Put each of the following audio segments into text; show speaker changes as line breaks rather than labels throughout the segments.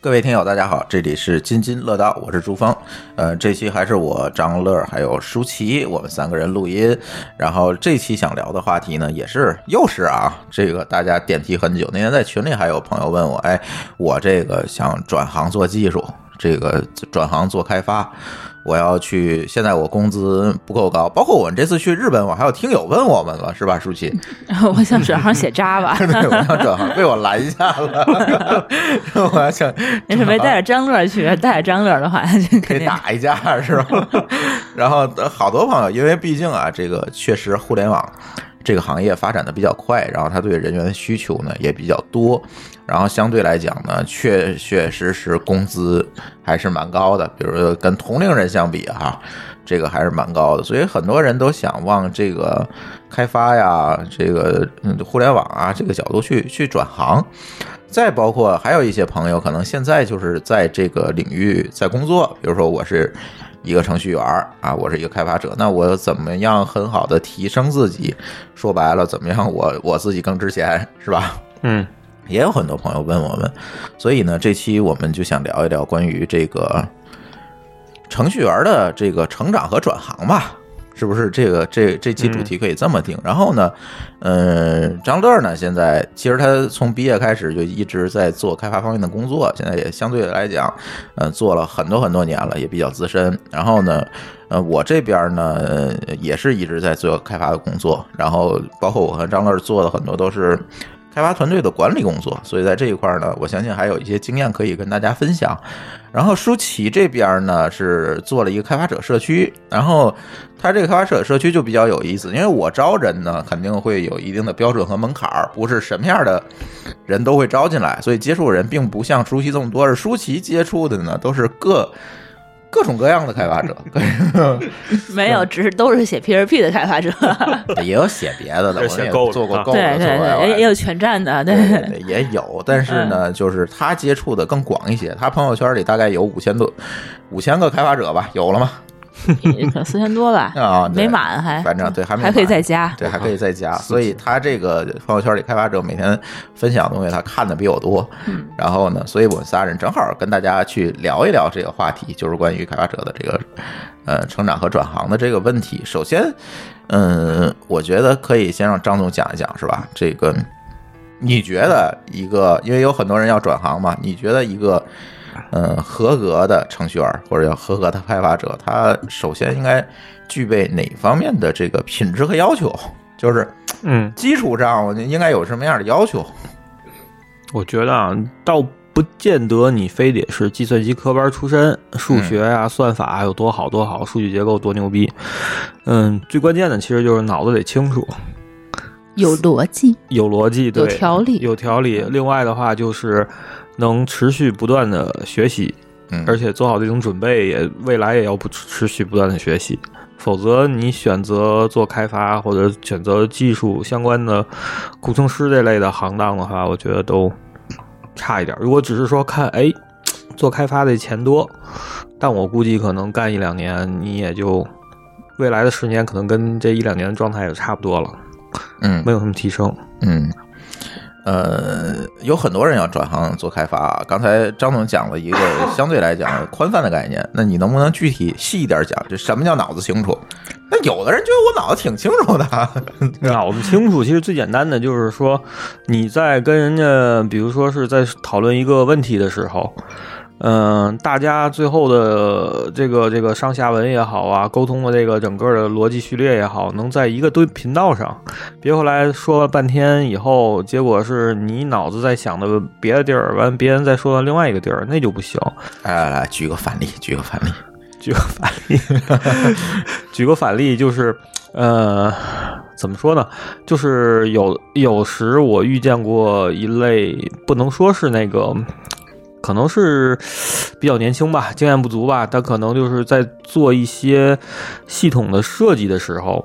各位听友，大家好，这里是津津乐道，我是朱峰。呃，这期还是我张乐还有舒淇，我们三个人录音。然后这期想聊的话题呢，也是又是啊，这个大家点题很久。那天在群里还有朋友问我，哎，我这个想转行做技术，这个转行做开发，我要去。现在我工资不够高，包括我们这次去日本，我还有听友问我们了，是吧，舒淇？
我想转行写 Java，
对，我想转行，被我拦下了。我还想，
你准备带着张乐去，带着张乐的话，就
可
肯
以
定
打一架是吧？ 然后呃好多朋友，因为毕竟啊，这个确实互联网啊这个行业发展的比较快，然后它对人员的需求呢也比较多，然后相对来讲呢，确确实实工资还是蛮高的，比如说跟同龄人相比啊，这个还是蛮高的，所以很多人都想往这个开发呀、这个嗯互联网啊这个角度去去转行。再包括还有一些朋友，可能现在就是在这个领域在工作，比如说我是一个程序员儿啊，我是一个开发者，那我怎么样很好的提升自己？说白了，怎么样我我自己更值钱，是吧？
嗯，
也有很多朋友问我们，所以呢，这期我们就想聊一聊关于这个程序员的这个成长和转行吧，是不是？这个这这期主题可以这么定。然后呢，嗯，张乐呢，现在其实他从毕业开始就一直在做开发方面的工作，现在也相对来讲，嗯、做了很多很多年了，也比较资深。然后呢，呃，我这边呢呃也是一直在做开发的工作，然后包括我和张乐做的很多都是。开发团队的管理工作，所以在这一块呢，我相信还有一些经验可以跟大家分享。然后舒淇这边呢是做了一个开发者社区，然后他这个开发者社区就比较有意思，因为我招人呢肯定会有一定的标准和门槛儿，不是什么样的人都会招进来，所以接触人并不像舒淇这么多，而舒淇接触的呢都是各。 各种各样的开发者，
没
嗯
有，只是都是写 PHP 的开 发者，
也有写别的的，
是
我
写
也
够的
做过
啊
够的，
对对
做过
对，也
iOS
也有全站的，嗯对
对对对，也有，但是呢，就是他接触的更广一些。他朋友圈里大概有五千多、五千个开发者吧，有了吗？
可能四千多 吧，
啊，对
没满还，
反正对还没
还可以嗯
满
再加，
对，还可以再加。所以他这个朋友圈里开发者每天分享的东西，他看的比我多。
嗯
然后呢，所以我们仨人正好跟大家去聊一聊这个话题，就是关于开发者的这个呃成长和转行的这个问题。首先，嗯，我觉得可以先让张总讲一讲，是吧？这个你觉得一个，因为有很多人要转行嘛，你觉得一个。嗯，合格的程序员或者叫合格的开发者，他首先应该具备哪方面的这个品质和要求？就是
嗯，
基础上，我应该有什么样的要求？
我觉得啊，倒不见得你非得是计算机科班出身，数
嗯
学啊、算法啊有多好多好，数据结构多牛逼。嗯，最关键的其实就是脑子得清楚，
有逻辑，
有逻辑，对，
有条理
有条理。另外的话就是能持续不断的学习，
嗯，
而且做好这种准备也，未来也要不持续不断的学习。否则，你选择做开发或者选择技术相关的工程师这类的行当的话，我觉得都差一点。如果只是说看，哎，做开发的钱多，但我估计可能干一两年，你也就未来的十年，可能跟这一两年的状态也差不多了，
嗯
没有什么提升。
嗯，呃，有很多人要转行做开发啊。刚才张总讲了一个相对来讲宽泛的概念，那你能不能具体细一点讲？就什么叫脑子清楚？那有的人觉得我脑子挺清 楚的，
脑子清楚，其实最简单的就是说，你在跟人家，比如说是在讨论一个问题的时候，嗯、大家最后的这个这个上下文也好啊，沟通的这个整个的逻辑序列也好，能在一个对频道上，别后来说了半天以后，结果是你脑子在想的别的地儿，完别人再说到另外一个地儿，那就不行。
来哎来来，举个反例，举个反例。
举个反例， 举个反例就是，呃，怎么说呢？就是有有时我遇见过一类，不能说是那个。可能是比较年轻吧，经验不足吧，他可能就是在做一些系统的设计的时候，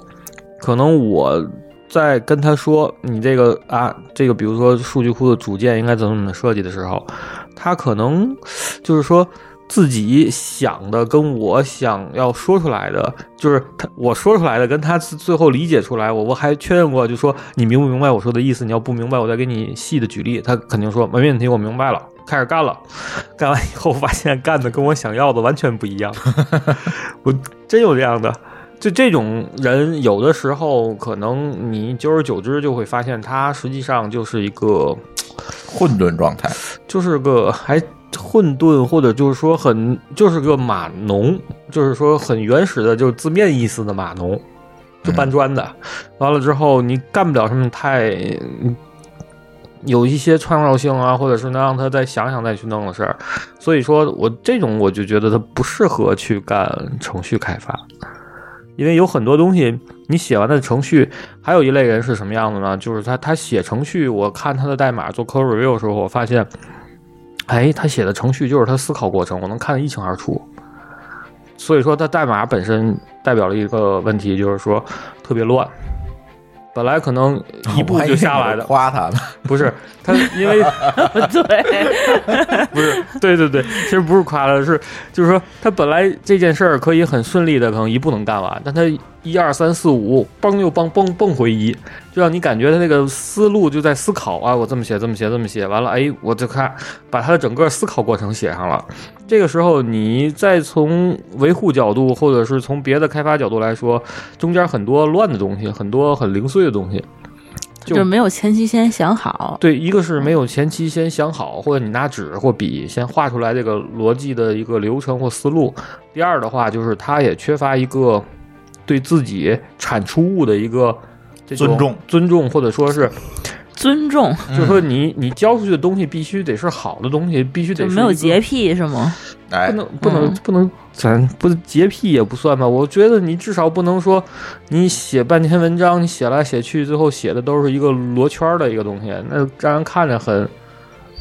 可能我在跟他说你这个啊，这个比如说数据库的组件应该怎么怎么设计的时候，他可能就是说自己想的跟我想要说出来的，就是他我说出来的跟他最最后理解出来，我我还确认过，就说你明不明白我说的意思？你要不明白，我再给你细的举例。他肯定说没问题，我明白了。开始干了，干完以后发现干的跟我想要的完全不一样，我真有这样的。就这种人，有的时候可能你久而久之就会发现，他实际上就是一个
混沌状态，
就是个还混沌，或者就是说很就是个码农，就是说很原始的，就是字面意思的码农，就搬砖的。完了之后，你干不了什么太有一些创造性啊，或者是能让他再想想再去弄的事儿。所以说我这种我就觉得他不适合去干程序开发。因为有很多东西，你写完的程序，还有一类人是什么样的呢？就是他他写程序，我看他的代码做 code review 的时候，我发现，哎，他写的程序就是他思考过程，我能看得一清二楚。所以说，他代码本身代表了一个问题，就是说特别乱。本来可能一步就下来的
我还以为我，夸他呢。
不是他，因为
啊
对，
不是，对对对，其实不是夸他，是就是说他本来这件事儿可以很顺利的，可能一步能干完，但他一二三四五，嘣又嘣嘣蹦回一，就让你感觉他那个思路就在思考啊，我这么写，这么写，这么写，完了，哎，我就看把他的整个思考过程写上了。这个时候，你再从维护角度，或者是从别的开发角度来说，中间很多乱的东西，很多很零碎的东西，就
就是没有前期先想好，
对，一个是
嗯
没有前期先想好，或者你拿纸或笔先画出来这个逻辑的一个流程或思路；第二的话，就是他也缺乏一个对自己产出物的一个这种
尊重
尊重或者说是，
尊重
就是说你你交出去的东西必须得是好的东西，必须得
就是没有
一个
洁癖是吗？
哎
不，能不
嗯
能不能，咱不洁癖也不算吧。我觉得你至少不能说，你写半天文章，你写来写去，最后写的都是一个罗圈儿的一个东西，那让人看着很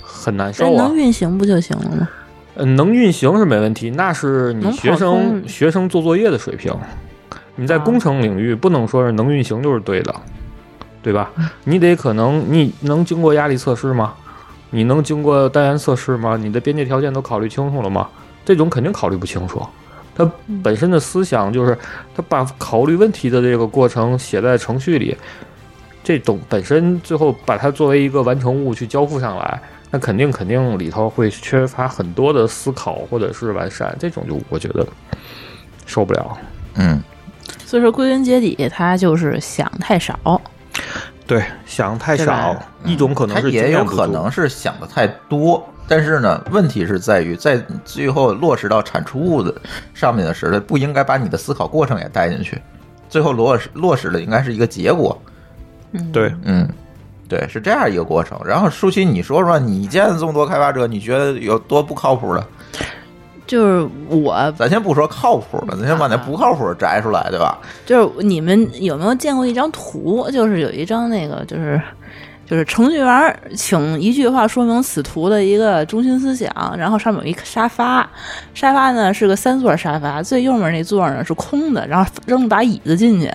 很难
但
受啊
哎能。运行不就行了吗？
呃能运行是没问题，那是你
能
学
跑
生
通
学生做作业的水平。你在工程领域不能说是能运行就是对的，对吧？你得可能你能经过压力测试吗？你能经过单元测试吗？你的边界条件都考虑清楚了吗？这种肯定考虑不清楚。他本身的思想就是他把考虑问题的这个过程写在程序里，这种本身最后把它作为一个完成物去交付上来，那肯定肯定里头会缺乏很多的思考或者是完善，这种就我觉得受不了。
嗯，
所以说归根结底，他就是想太少，
对，想太
对吧
少，一种可能
啊他
是
也
经验
有
不
可
足
能是想的太多，但是呢，问题是在于在最后落实到产出物的上面的时候，不应该把你的思考过程也带进去。最后落实落实的应该是一个结果，
对，
嗯，对，是这样一个过程。然后舒淇，你说说，你见这么多开发者，你觉得有多不靠谱的？
就是我
咱先不说靠谱的，咱先把那不靠谱的摘出来，对吧？
就是你们有没有见过一张图？就是有一张那个就是。就是程序员儿，请一句话说明此图的一个中心思想。然后上面有一个沙发，沙发呢是个三座沙发，最右面那座呢是空的，然后扔了把椅子进去。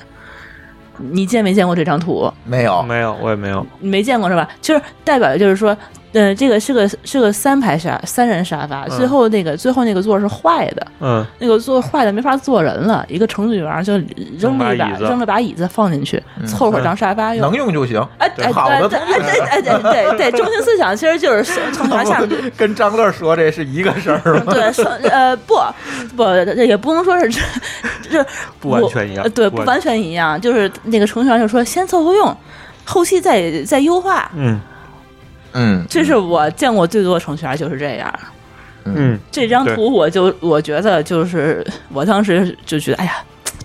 你见没见过这张图？
没有，
没有，我也没有。
你没见过是吧？就是代表的就是说，呃，这个是个是个三排沙三人沙发，最后那个、最后那个座是坏的，
嗯，
那个坐坏了没法坐人了，一个程序员就扔了
扔把
一把
椅子嗯
扔了把椅子放进去，凑合当沙发用。
能用就行。
哎哎
好的
对对哎对哎对对对，中心思想其实就是从 台下
跟张乐说这是一个事儿吗？
对说呃不不也不能说是这这
不完全一样
我呃对
不
不
完
完全一样，就是那个程序员就说先凑合用，后期再再优化。
嗯，
嗯，
这是我见过最多的程序员就是这样，
嗯，
这张
对
图我就我觉得就是我当时就觉得哎呀。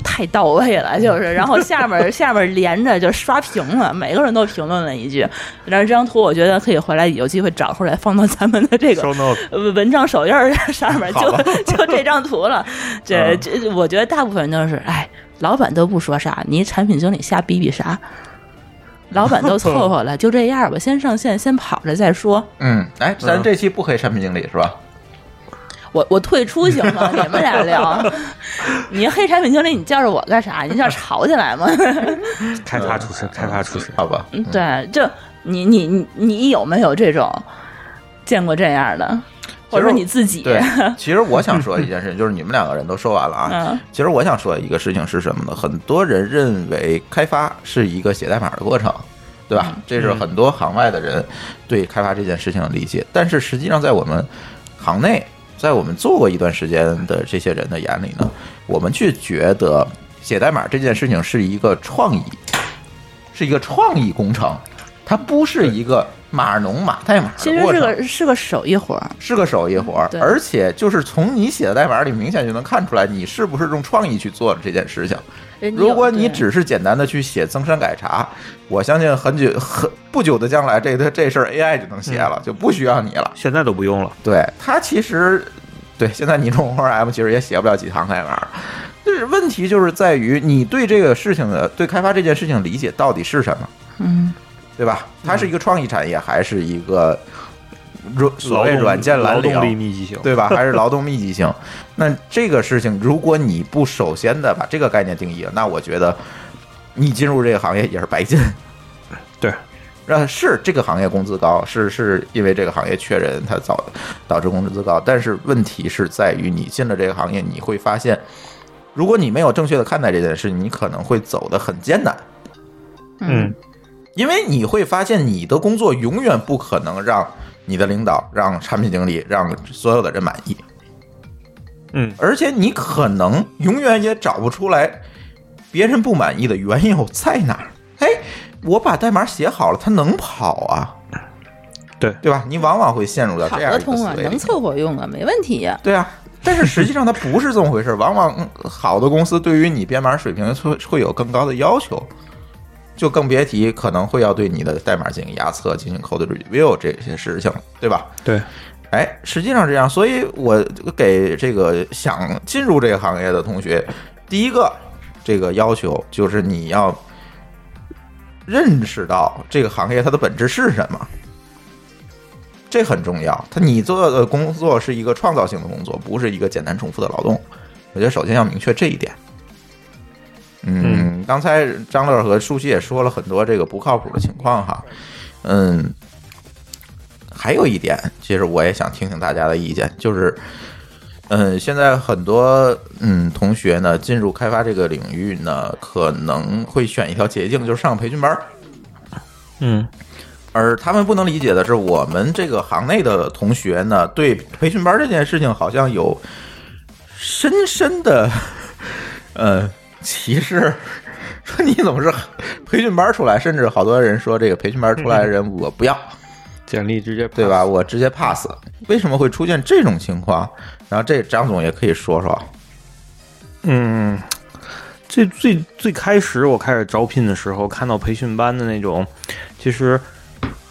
太到位了，就是，然后下面下面连着就刷屏了，每个人都评论了一句。但是这张图我觉得可以回来有机会找出来放到咱们的这个
收 note
呃文章首页儿上面，
好
就
吧
就这张 图了。这
嗯
这，我觉得大部分都是，哎，老板都不说啥，你产品经理瞎比比啥？老板都凑合了，就这样吧，先上线，先跑着再说。
嗯，哎，咱
嗯
这期不黑产品经理是吧？
我我退出行吗？你们俩聊。 你黑产品经理，你叫着我干啥？你想吵起来吗？
开发出身，开发出身，
好吧，嗯
对，就你你你你有没有这种见过这样的，或者说你自己？
对，啊其实我想说一件事，就是你们两个人都说完了啊
嗯。
其实我想说一个事情是什么呢？很多人认为开发是一个写代码的过程，对吧？
嗯
这是很多行外的人对开发这件事情的理解。但是实际上，在我们行内，在我们做过一段时间的这些人的眼里呢，我们去觉得写代码这件事情是一个创意，是一个创意工程，它不是一个码农码代码
其
的
实
过
是
程。
个是个手艺活儿。
是个手艺活儿，
对
而且就是从你写的代码里明显就能看出来，你是不是用创意去做这件事情。
人哎家有
如果你
对
只是简单的去写增删改查，我相信很久很不久的将来，这个这事儿 AI 就能写
嗯
了，就不需要你了。
现在都不用了。
对它其实，对现在你用 ORM 其实也写不了几行代码。就是问题就是在于你对这个事情的对开发这件事情理解到底是什么，
嗯，
对吧？它是一个创意产业，还是一个软所谓
劳动
软件蓝
劳
领啊
动力密集型，
对吧？还是劳动密集性？那这个事情，如果你不首先的把这个概念定义了，那我觉得你进入这个行业也是白进。
对，
呃，是这个行业工资高，是是因为这个行业缺人，它导导致工资高。但是问题是在于你进了这个行业，你会发现，如果你没有正确的看待这件事，你可能会走得很艰难。
嗯，
因为你会发现，你的工作永远不可能让你的领导、让产品经理、让所有的人满意。
嗯，
而且你可能永远也找不出来别人不满意的缘由在哪儿。哎，我把代码写好了，它能跑啊？
对
对吧？你往往会陷入到
跑
这样一
得
个
通
思
啊，
维里
能
面。
凑合用啊，没问题呀、
对啊，但是实际上它不是这么回事儿。 往往嗯好的公司对于你编码水平会会有更高的要求，就更别提可能会要对你的代码进行压测、进行 code review 这些事情了，对吧？
对，
哎，实际上这样，所以我给这个想进入这个行业的同学，第一个这个要求就是你要认识到这个行业它的本质是什么，这很重要。它你做的工作是一个创造性的工作，不是一个简单重复的劳动。我觉得首先要明确这一点。嗯，刚才张乐和舒淇也说了很多这个不靠谱的情况哈，嗯，还有一点，其实我也想听听大家的意见，就是，嗯，现在很多嗯同学呢进入开发这个领域呢，可能会选一条捷径，就是上培训班儿。
嗯，
而他们不能理解的是，我们这个行内的同学呢，对培训班这件事情好像有深深的 呃歧视。 说你怎么是培训班出来？甚至好多人说这个培训班出来的人我不要，
简历直接 pass
对吧？？我直接 pass。为什么会出现这种情况？然后这张总也可以说说。
嗯，最最最开始我开始招聘的时候，看到培训班的那种，其实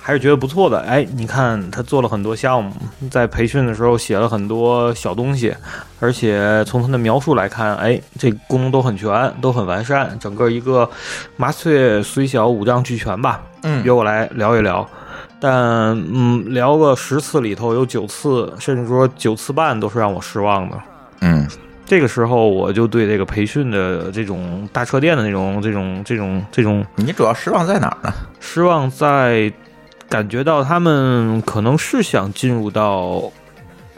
还是觉得不错的。哎，你看他做了很多项目，在培训的时候写了很多小东西，而且从他的描述来看，哎，这功能都很全，都很完善，整个一个麻雀虽小，五脏俱全吧。
嗯
约我来聊一聊。但嗯，聊个十次里头有九次，甚至说九次半都是让我失望的。
嗯
这个时候，我就对这个培训的这种大车店的那种、这种、这种、这种
你主要失望在哪儿呢？
失望，在感觉到他们可能是想进入到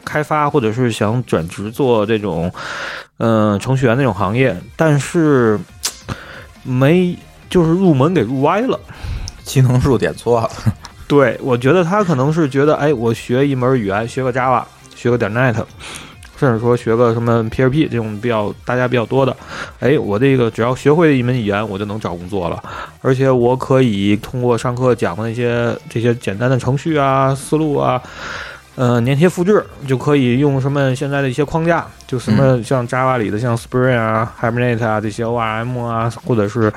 开发，或者是想转职做这种，嗯、程序员那种行业，但是没就是入门给入歪了。
技能树点错了。
对，我觉得他可能是觉得，哎，我学一门语言，学个 Java，学个点 Net，甚至说学个什么 PHP 这种比较大家比较多的，哎，我这个只要学会一门语言，我就能找工作了，而且我可以通过上课讲的那些这些简单的程序啊、思路啊，呃，粘贴复制就可以用什么现在的一些框架，就什么像 Java 里的像 Spring 啊、Hibernate 啊这些 ORM 啊，或者是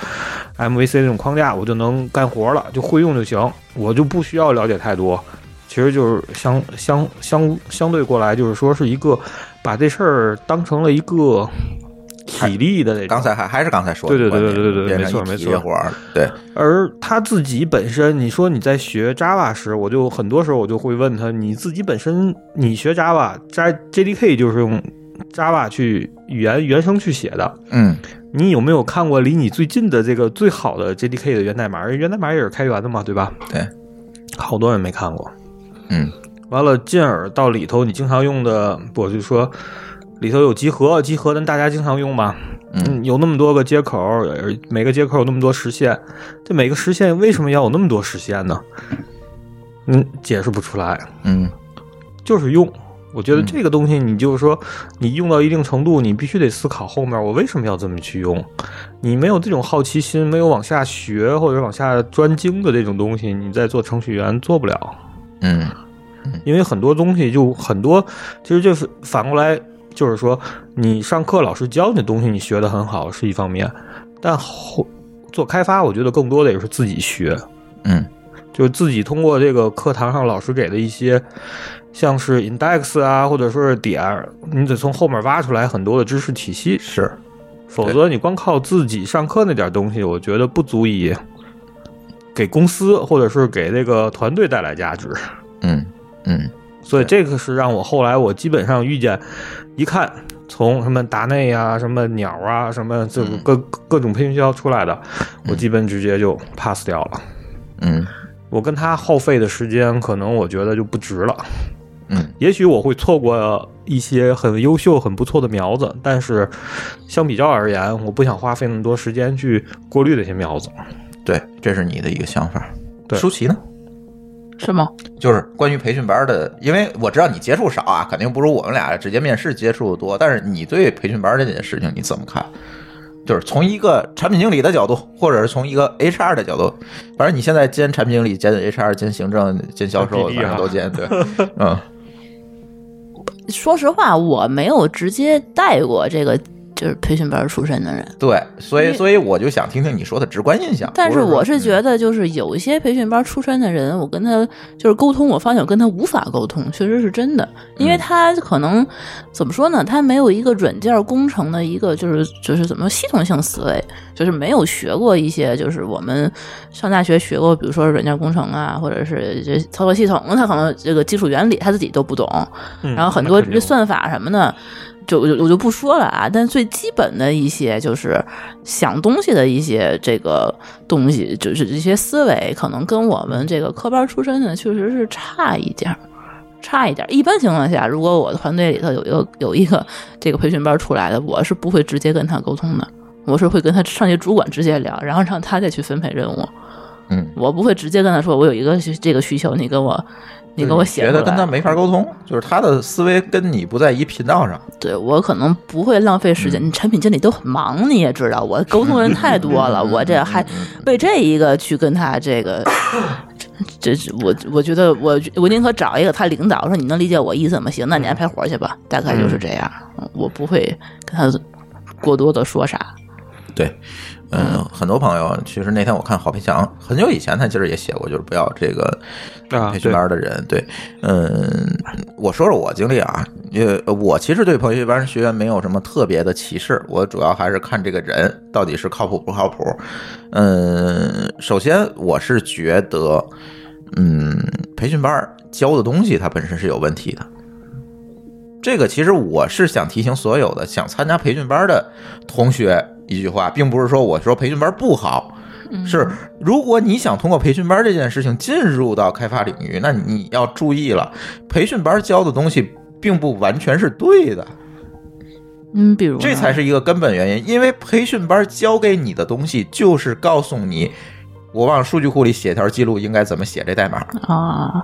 MVC 这种框架，我就能干活了，就会用就行，我就不需要了解太多。其实就是相相相相对过来，就是说是一个把这事儿当成了一个体力的那种。
刚才还还是刚才说的
对对对
观点
对对对
变成
没错
一体
没错
力活儿，对，
而他自己本身，你说你在学 Java 时，我就很多时候我就会问他，你自己本身你学 Java，加 JDK 就是用 Java 去语言原生去写的，
嗯，
你有没有看过离你最近的这个最好的 JDK 的源代码？而源代码也是开源的嘛，对吧？
对，
好多人没看过。
嗯，
完了，进而到里头，你经常用的，我就说里头有集合，集合咱大家经常用嘛，
嗯，
有那么多个接口，呃每个接口有那么多实现，这每个实现为什么要有那么多实现呢？嗯，解释不出来，
嗯
就是用。我觉得这个东西，你就是说，你用到一定程度，你必须得思考后面我为什么要这么去用。你没有这种好奇心，没有往下学或者往下专精的这种东西，你在做程序员做不了。
嗯
因为很多东西就很多，其实就是反过来就是说，你上课老师教你的东西，你学的很好是一方面，但后做开发，我觉得更多的也是自己学，
嗯
就是自己通过这个课堂上老师给的一些，像是 index 啊，或者说是点儿，你得从后面挖出来很多的知识体系，
是，
否则你光靠自己上课那点东西，我觉得不足以给公司或者是给这个团队带来价值。
嗯嗯
所以这个是让我后来我基本上遇见，一看从什么达内啊、什么鸟啊、什么这个各、各种配音学校出来的，我基本直接就 pass 掉了。
嗯
我跟他耗费的时间，可能我觉得就不值了。
嗯
也许我会错过一些很优秀、很不错的苗子，但是相比较而言，我不想花费那么多时间去过滤这些苗子。
对，这是你的一个想法。
对
舒淇呢？
什么？
就是关于培训班的，因为我知道你接触少啊，肯定不如我们俩直接面试接触多。但是你对培训班这件事情你怎么看？就是从一个产品经理的角度，或者是从一个 HR 的角度，反正你现在兼产品经理、兼 HR、兼行政、兼销售，
BD 啊
反正都 兼。对，嗯
说实话，我没有直接带过这个就是培训班出身的人，
对，所以
你
所以我就想听听你说的直观印象。
但是
不
我
是嗯
是
得，
觉得，就是有一些培训班出身的人，我跟他就是沟通，我发现我跟他无法沟通，确实是真的，因为他可能怎么说呢，他没有一个软件工程的一个就是就是怎么说系统性思维，就是没有学过一些就是我们上大学学过，比如说软件工程啊，或者是这操作系统，他可能这个基础原理他自己都不懂，
嗯
然后很
那
多
肯定
这算法什么的，就我就我就不说了啊。但最基本的一些就是想东西的一些这个东西，就是一些思维，可能跟我们这个科班出身的确实是差一点儿。差一点儿，一般情况下，如果我的团队里头有一个有一个这个培训班出来的，我是不会直接跟他沟通的，我是会跟他上级主管直接聊，然后让他再去分配任务。
嗯，
我不会直接跟他说，我有一个需这个需求，你跟我，你跟我写
觉
出
得
来。
跟他没法沟通，就是他的思维跟你不在一频道上。
对我可能不会浪费时间。你产品经理都很忙，你也知道，我沟通人太多了，我这还为这一个去跟他这个，这是我我觉得我我宁可找一个他领导说你能理解我意思吗？行，那你安排活儿去吧，大概就是这样。我不会跟他过多的说啥。
对，嗯，很多朋友其实那天我看郝培强很久以前他其实也写过，就是不要这个
啊
培训班的人。对，嗯，我说说我经历啊，因为我其实对培训班学员没有什么特别的歧视，我主要还是看这个人到底是靠谱不靠谱。嗯，首先我是觉得，嗯，培训班儿教的东西它本身是有问题的。这个其实我是想提醒所有的想参加培训班的同学一句话，并不是说我说培训班不好，是如果你想通过培训班这件事情进入到开发领域，那你要注意了，培训班教的东西并不完全是对的，
嗯，比如
这
呢
才是一个根本原因。因为培训班教给你的东西就是告诉你，我往数据库里写条记录应该怎么写这代码，
啊，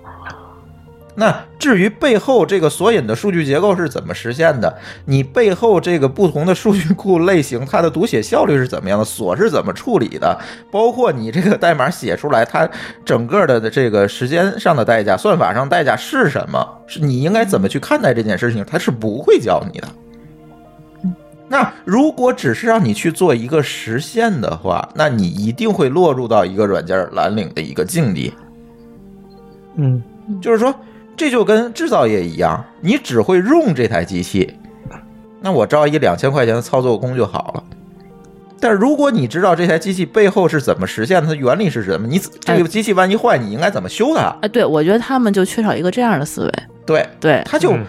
那至于背后这个索引的数据结构是怎么实现的，你背后这个不同的数据库类型，它的读写效率是怎么样的，锁是怎么处理的，包括你这个代码写出来，它整个的这个时间上的代价、算法上代价是什么，是你应该怎么去看待这件事情，它是不会教你的。那如果只是让你去做一个实现的话，那你一定会落入到一个软件蓝领的一个境地。
嗯，
就是说，这就跟制造业一样，你只会用这台机器，那我招一两千块钱的操作工就好了。但如果你知道这台机器背后是怎么实现的，它原理是什么，你这个机器万一坏，你应该怎么修它？
哎，对，我觉得他们就缺少一个这样的思维。
对，
对，
它就
嗯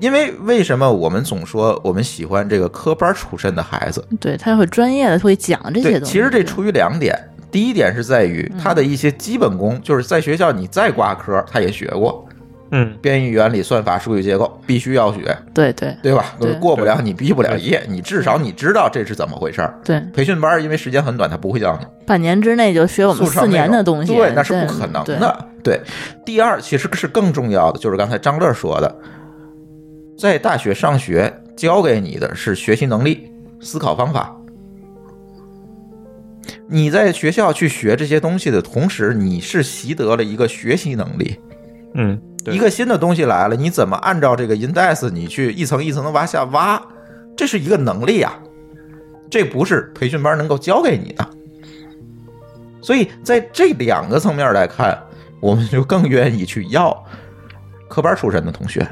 因为为什么我们总说我们喜欢这个科班出身的孩子？
对，他会专业的会讲这些
对，
东西。
其实这出于两点，第一点是在于他的一些基本功，就是在学校你再挂科，他也学过
嗯，
编译原理、算法、数据结构，必须要学，
对对
对吧？
对
过不了你毕不了业，你至少你知道这是怎么回事儿。
对，
培训班儿因为时间很短，他不会教你
半年之内就学我们
速成
四年
那
的
种
东西，
对，那是不可能。的。对，第二其实是更重要的，就是刚才张乐说的，在大学上学教给你的是学习能力、思考方法。你在学校去学这些东西的同时，你是习得了一个学习能力。
嗯，对
一个新的东西来了，你怎么按照这个 index 你去一层一层的往下挖，这是一个能力啊，这不是培训班能够教给你的。所以在这两个层面来看，我们就更愿意去要科班出身的同学，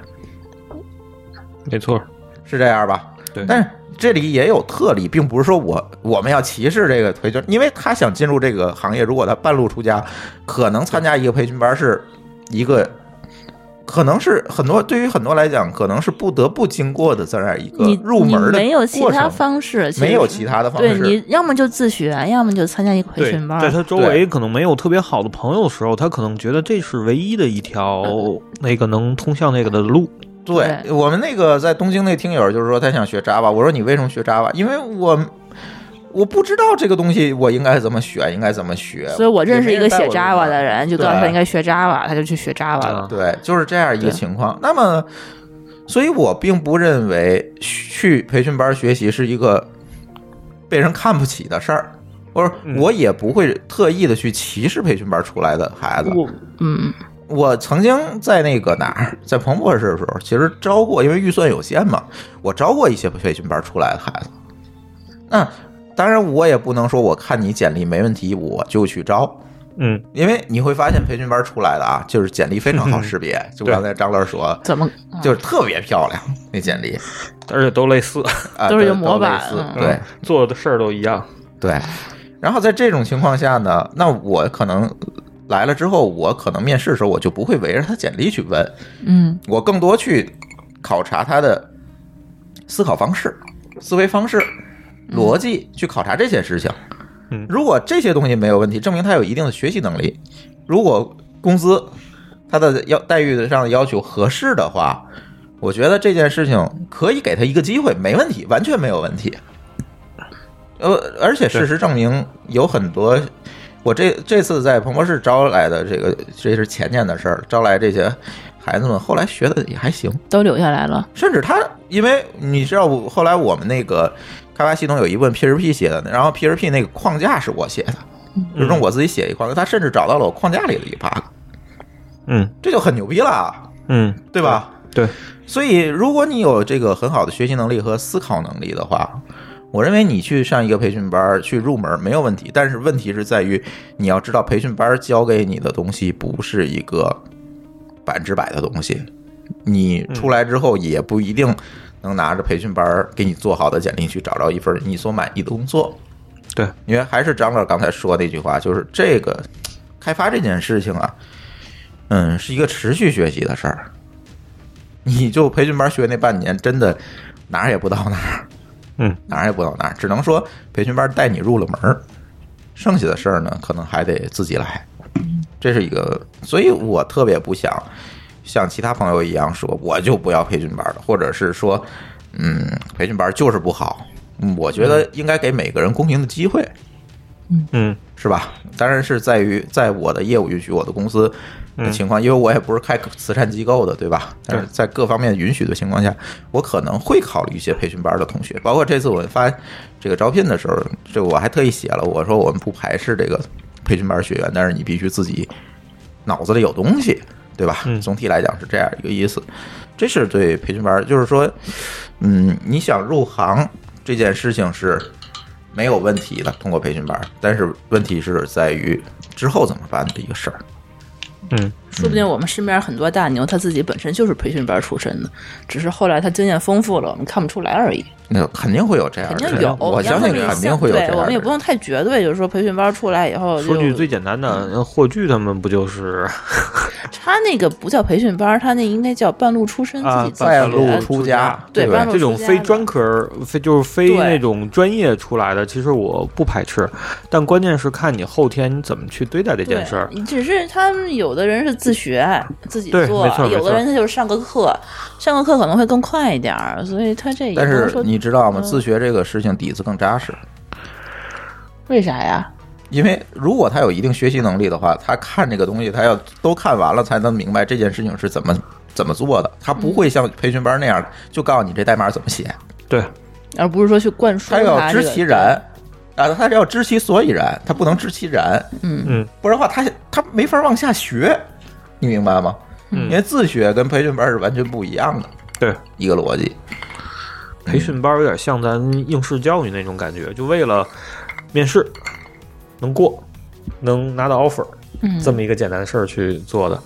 没错，
是这样吧？
对
但是这里也有特例，并不是说我我们要歧视这个培训，因为他想进入这个行业，如果他半路出家，可能参加一个培训班是一个，可能是很多对于很多来讲，可能是不得不经过的这样一个
你
入门的
你没有其
过
他
程，
方式，其
没有
实
其他的方
对
式。
你要么就自学，要么就参加一个培
对
训班，
在他周围可能没有特别好的朋友的时候，他可能觉得这是唯一的一条那个能通向那个的路。
对我们那个在东京那听友就是说他想学 Java，我说你为什么学 Java？因为我我不知道这个东西我应该怎么选，应该怎么学。
所以我认识一个
也没
写
人带我
Java 的人，就告诉他
对啊
应该学 Java，他就去学
啊
Java 了。
对，就是这样一个情况。那么，所以我并不认为去培训班学习是一个被人看不起的事儿，或者
嗯
我也不会特意的去歧视培训班出来的孩子。
嗯，
我曾经在那个哪儿，在彭博士的时候，其实招过，因为预算有限嘛，我招过一些培训班出来的孩子。那当然，我也不能说我看你简历没问题，我就去招。
嗯，
因为你会发现培训班出来的啊，就是简历非常好识别，就刚才张乐说，
怎么
就是特别漂亮那简历，
而且都类似，
啊、
都是
对
有模板
都类似
嗯
对
做的事儿都一样。
对。然后在这种情况下呢，那我可能来了之后，我可能面试的时候我就不会围着他简历去问，
嗯
我更多去考察他的思考方式、思维方式、逻辑，去考察这些事情。
嗯
如果这些东西没有问题，证明他有一定的学习能力。如果工资他的要待遇上的要求合适的话，我觉得这件事情可以给他一个机会，没问题，完全没有问题。呃，而且事实证明，有很多我这这次在彭博士招来的这个，这是前年的事儿，招来这些孩子们，后来学的也还行，
都留下来了。
甚至他，因为你知道我，后来我们那个开发系统有一部分 PHP 写的，然后 PHP 那个框架是我写的，就是用我自己写一框架，他甚至找到了我框架里的一 bug，
嗯
这就很牛逼了，啊
嗯，
对吧？
对，
所以，如果你有这个很好的学习能力和思考能力的话，我认为你去上一个培训班儿去入门没有问题。但是问题是在于，你要知道培训班儿教给你的东西不是一个百分之百的东西，你出来之后也不一定能拿着培训班儿给你做好的简历去找着一份你所满意的工作。
对，
因为还是张老师刚才说那句话，就是这个开发这件事情啊，嗯，是一个持续学习的事儿。你就培训班学那半年，真的哪儿也不到哪儿，
嗯，
哪儿也不到哪儿，只能说培训班带你入了门儿，剩下的事儿呢，可能还得自己来。这是一个，所以我特别不想像其他朋友一样说，我就不要培训班了，或者是说，嗯，培训班就是不好。嗯我觉得应该给每个人公平的机会，
嗯，
是吧？当然是在于在我的业务允许、我的公司的情况，因为我也不是开慈善机构的，对吧？但是在各方面允许的情况下，我可能会考虑一些培训班的同学，包括这次我发这个招聘的时候，这我还特意写了，我说我们不排斥这个培训班学员，但是你必须自己脑子里有东西，对吧？
嗯
总体来讲是这样一个意思。这是对培训班儿，就是说，嗯，你想入行这件事情是没有问题的，通过培训班儿。但是问题是在于之后怎么办的一个事儿。
嗯，
说不定我们身边很多大牛，他自己本身就是培训班出身的，只是后来他经验丰富了，我们看不出来而已。
那肯定会有这样
肯
的
定
人，
有，
啊我
你
相
要
信
这么一
肯定
想
会有这
对
样的人。
我们也不用太绝对，就是说培训班出来以
哦
后就，
说句最简单
嗯
的，霍炬他们不就是
他那个不叫培训班，他那应该叫半路出身，
啊
自己自
半
学
路
的。
出家，
对
吧
半？路
这种
出家
非
的
专科儿、非就是非
对
那种专业出来的，其实我不排斥，但关键是看你后天你怎么去对待这件事儿。
对，只是他们有的人是自学自己
对
做
没错，没
有
错
的人他就是上个课，上个课可能会更快一点儿，所以他这也
但
不能
是
说嗯
你知道吗？自学这个事情底子更扎实，
为啥呀？
因为如果他有一定学习能力的话，他看这个东西，他要都看完了才能明白这件事情是怎么怎么做的。他不会像培训班那样就告诉你这代码怎么写，
对，
而不是说去灌输
他要
这
知
个
其然，啊，他要知其所以然，他不能知其然，
嗯，
不然的话他他没法往下学，你明白吗？
嗯
因为自学跟培训班是完全不一样的
对，
一个逻辑。
培训班有点像咱应试教育那种感觉，就为了面试能过，能拿到 offer
嗯
这么一个简单的事儿去做的。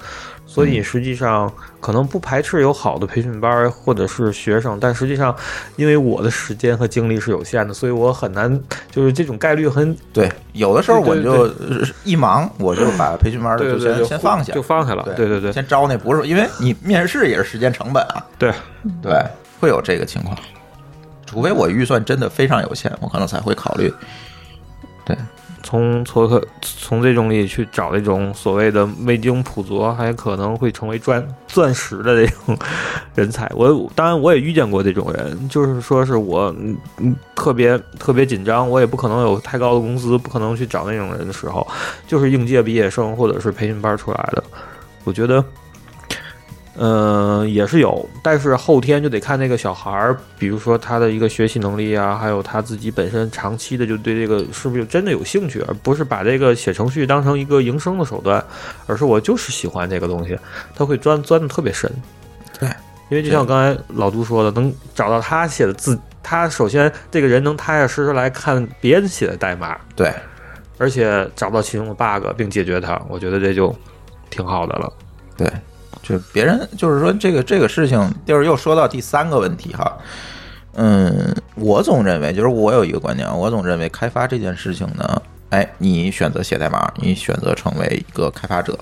所
嗯
以实际上可能不排斥有好的培训班儿或者是学生，但实际上因为我的时间和精力是有限的，所以我很难就是这种概率很
对，有的时候我
对
就
对
呃一忙，我就把培训班的
对
就
对对，
先
就
先放下
就，放下了，对对对
先招那不是，因为你面试也是时间成本啊，
对，
对，会有这个情况，除非我预算真的非常有限，我可能才会考虑。对，
从从可从这种里去找那种所谓的未经普佐，还可能会成为钻钻石的那种人才。我当然我也遇见过这种人，就是说是我嗯嗯特别特别紧张，我也不可能有太高的工资，不可能去找那种人的时候，就是应届毕业生或者是培训班出来的。我觉得，呃，也是有，但是后天就得看那个小孩儿，比如说他的一个学习能力啊，还有他自己本身长期的就对这个是不是真的有兴趣，而不是把这个写程序当成一个营生的手段，而是我就是喜欢这个东西，他会钻钻的特别深。
对，
因为就像刚才老杜说的，能找到他写的字，他首先这个人能踏踏实实来看别人写的代码，
对，
而且找到其中的 bug 并解决它，我觉得这就挺好的了。
对，就别人就是说这个这个事情，就是又说到第三个问题哈。嗯，我总认为，就是我有一个观点，啊我总认为开发这件事情呢，哎，你选择写代码，你选择成为一个开发者，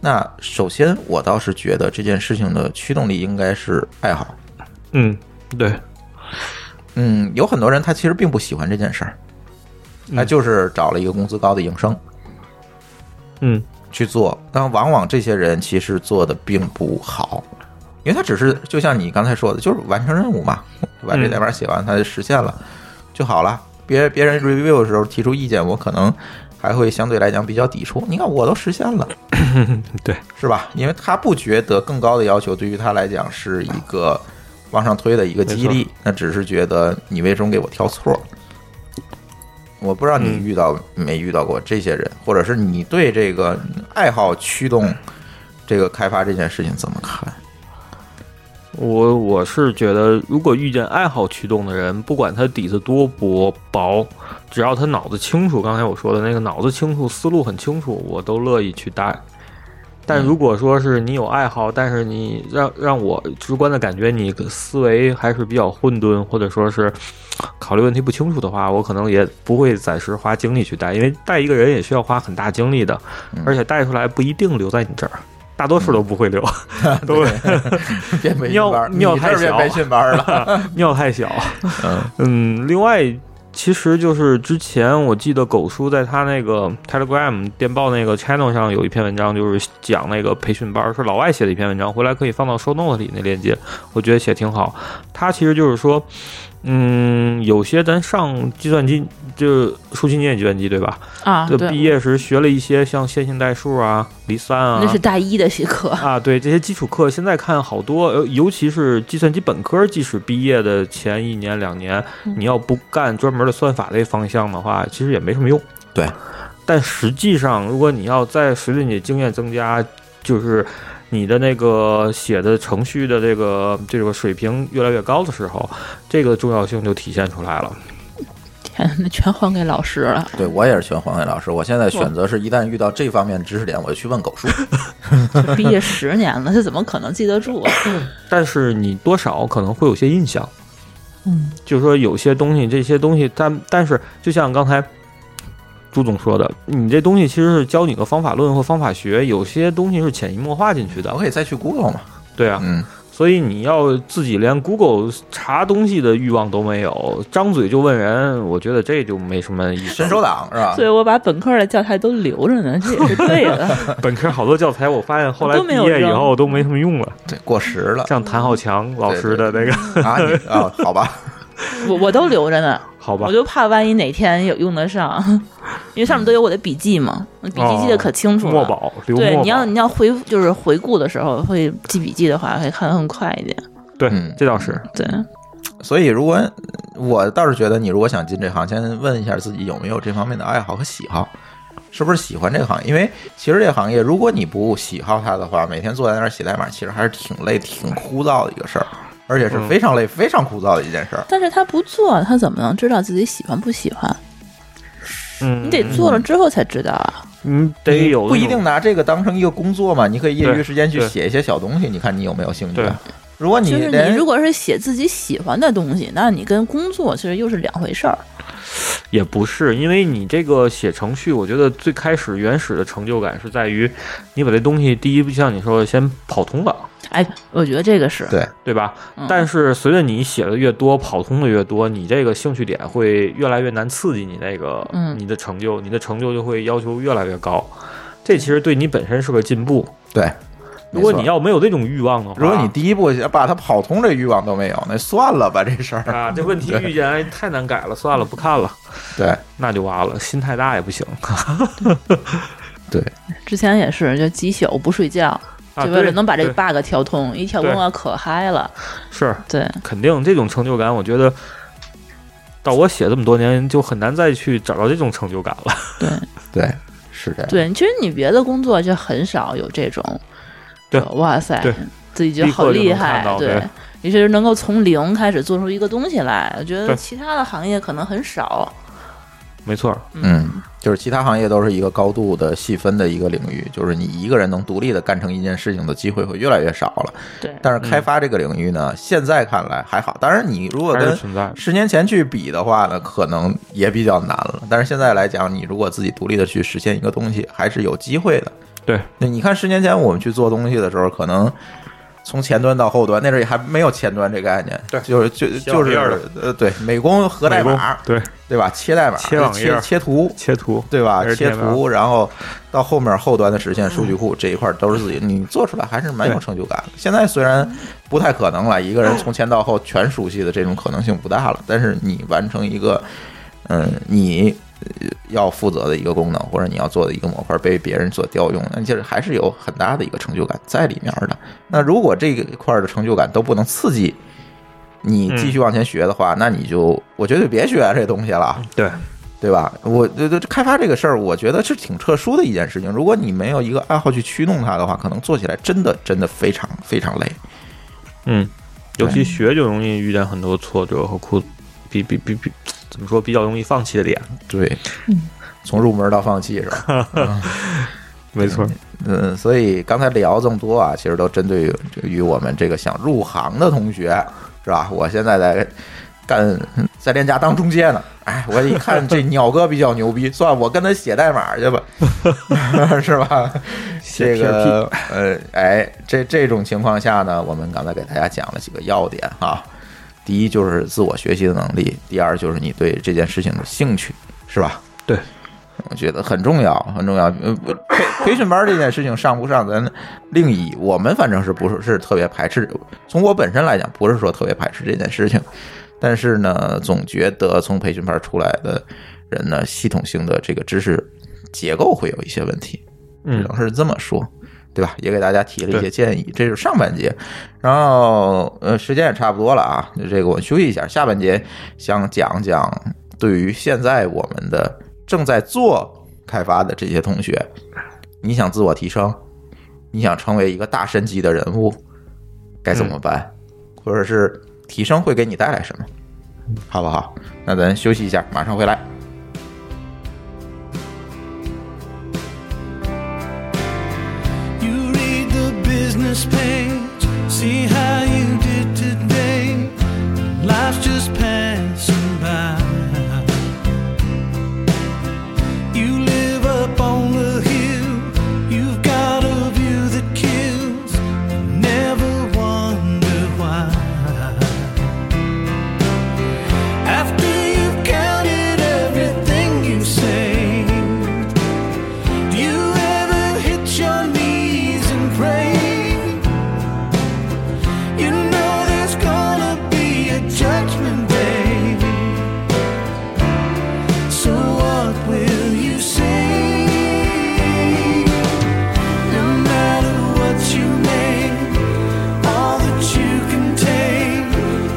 那首先我倒是觉得这件事情的驱动力应该是爱好。
嗯，对，
嗯，有很多人他其实并不喜欢这件事儿，他就是找了一个工资高的营生
嗯
去做，但往往这些人其实做的并不好，因为他只是就像你刚才说的，就是完成任务嘛，把这代码写完，他就实现了就好了。别别人 review 的时候提出意见，我可能还会相对来讲比较抵触。你看，我都实现了，
对，
是吧？因为他不觉得更高的要求对于他来讲是一个往上推的一个激励，那只是觉得你为什么给我挑错？我不知道你
嗯
遇到、没遇到过这些人，或者是你对这个爱好驱动这个开发这件事情怎么看？
我我是觉得，如果遇见爱好驱动的人，不管他底子多薄薄，只要他脑子清楚，刚才我说的那个脑子清楚，思路很清楚，我都乐意去带。但如果说是你有爱好，但是你让让我直观的感觉你思维还是比较混沌，或者说是考虑问题不清楚的话，我可能也不会暂时花精力去带，因为带一个人也需要花很大精力的，而且带出来不一定留在你这儿，大多数都不会留，都会。
变培训
尿
班儿，
尿
你这
太
儿变
小
培训班儿 了。
尿太小。
嗯
嗯，另外，其实就是之前我记得狗叔在他那个 Telegram 电报那个 channel 上有一篇文章，就是讲那个培训班，是老外写的一篇文章，回来可以放到 show note 里那链接，我觉得写挺好。他其实就是说，嗯，有些咱上计算机，就舒淇你也计算机对吧？
啊，
就
对，
毕业时学了一些像线性代数啊、离散啊，
那是大一的学科。
啊，对这些基础课，现在看好多，呃尤其是计算机本科，即使毕业的前一年两年，你要不干专门的算法类方向的话，其实也没什么用。
对，
但实际上，如果你要再随着你的经验增加，就是你的那个写的程序的这个这个水平越来越高的时候，这个重要性就体现出来了。
天哪，那全还给老师了。
对我也是选黄伟老师，我现在选择是一旦遇到这方面知识点，我就去 问狗叔。
毕业十年了，他怎么可能记得 住啊？
但是你多少可能会有些印象。嗯，就是说有些东西，这些东西，但但是就像刚才朱总说的，你这东西其实是教你个方法论或方法学，有些东西是潜移默化进去的
我。可以再去 Google 嘛？
对啊，
嗯，
所以你要自己连 Google 查东西的欲望都没有，张嘴就问人，我觉得这就没什么意思
伸。手党是吧
所？以我把本科的教材都留着呢，这也是对 的。
本科好多教材，我发现后来
都
毕
没有
业以
用
后都没什么用了，
对，过时了
像谭浩强老师的那个，
啊！你啊，好吧，
我我都留着呢，
好吧
我，就怕万一哪天有用得上，因为上面都有我的笔记嘛，我笔记记得可清楚了。
哦墨宝，刘墨
对，
宝，
你要你要回就是回顾的时候会记笔记的话，会看得更快一点。
对
嗯，
这倒是。
对，
所以如果我倒是觉得，你如果想进这行，先问一下自己有没有这方面的爱好和喜好，是不是喜欢这个行业？因为其实这个行业，如果你不喜好它的话，每天坐在那儿写代码，其实还是挺累、挺枯燥的一个事儿，而且是非常
嗯
累、非常枯燥的一件事儿。
但是他不做，他怎么能知道自己喜欢不喜欢？
嗯，
你得做了之后才知道啊。
你得有
你不一
那种
定拿这个当成一个工作嘛，你可以业余时间去
对对
写一些小东西，你看你有没有兴趣
对
啊？如果你
就是
连
你如果是写自己喜欢的东西，那你跟工作其实又是两回事儿。
也不是，因为你这个写程序，我觉得最开始原始的成就感是在于，你把这东西第一步像你说的先跑通了，
哎，我觉得这个是
对
对吧？
嗯
但是随着你写的越多，跑通的越多，你这个兴趣点会越来越难刺激你那个，
嗯
你的成就，你的成就就会要求越来越高。这其实对你本身是个进步。
对，
如果
没错
你要没有这种欲望的话，
如果你第一步把它跑通这欲望都没有，那算了吧，这事儿。
啊这问题遇见哎太难改了，算了，不看了，
对，
那就完了，心太大也不行。
之前也是，就几宿不睡觉，
啊
就为
对
了能把这个
对
bug 调通，一调通啊可嗨了。
是
对，
肯定这种成就感，我觉得到我写这么多年，就很难再去找到这种成就感了。
对，
对，是这样。
对，其实你别的工作就很少有这种，
对
就哇塞
对，
自己觉得好
立刻
厉
就能
害
看到，对
对，也是能够从零开始做出一个东西来。我觉
对
得其他的行业可能很少，
没错，
嗯，就是其他行业都是一个高度的细分的一个领域，就是你一个人能独立的干成一件事情的机会会越来越少了。
对，
但是开发这个领域呢，现在看来还好。当然，你如果
还是
跟
存在。
十年前去比的话呢，可能也比较难了。但是现在来讲，你如果自己独立的去实现一个东西，还是有机会的。
对，
那你看十年前我们去做东西的时候，可能从前端到后端，那阵儿也还没有前端这个概念，
对
就是就
小
就
玩意
是
儿的
呃，对，美工和代码，
对
对吧？切代码，
切网页
切切图。
切图，
对吧？切
HTML
图，然后到后面后端的实现数据库这一块都是自己，你做出来还是蛮有
对
成就感的。现在虽然不太可能了，一个人从前到后全熟悉的这种可能性不大了，但是你完成一个，嗯，你呃要负责的一个功能或者你要做的一个模块被别人所调用，那就是还是有很大的一个成就感在里面的。那如果这一块的成就感都不能刺激你继续往前学的话，那你就我觉得就别学啊这东西了。
对，
对吧？我对对，开发这个事儿，我觉得是挺特殊的一件事情。如果你没有一个爱好去驱动它的话，可能做起来真的真的非常非常累。
嗯，尤其
对
学就容易遇见很多挫折和苦，比比比比，怎么说比较容易放弃的点。
对，从入门到放弃是吧？
没错，
嗯，所以刚才聊这么多啊，其实都针对于于我们这个想入行的同学，是吧？我现在在干在链家当中介呢，哎，我一看这鸟哥比较牛逼，算了我跟他写代码去吧， 是吧？这个呃，哎，这这种情况下呢，我们刚才给大家讲了几个要点啊。第一就是自我学习的能力，第二就是你对这件事情的兴趣，是吧？
对，
我觉得很重要，很重要。呃，不培培训班这件事情上不上，咱另议。我们反正是不是是特别排斥，从我本身来讲，不是说特别排斥这件事情，但是呢，总觉得从培训班出来的人呢，系统性的这个知识结构会有一些问题，只
嗯
能是这么说，对吧？也给大家提了一些
对
建议，这是上半节。然后呃，时间也差不多了啊，就这个我休息一下，下半节想讲讲对于现在我们的正在做开发的这些同学，你想自我提升，你想成为一个大神级的人物，该怎
嗯
么办？或者是提升会给你带来什么？好不好？那咱休息一下，马上回来。
You read the business page, see how you did today. Life's just passing by. You live up on the hill, you've got a view that kills. Never wonder why. After you've counted everything you saved. Do you ever hit your knees and pray? You know there's gonna be a judgment day. So what will you say? No matter what you make, all that you can take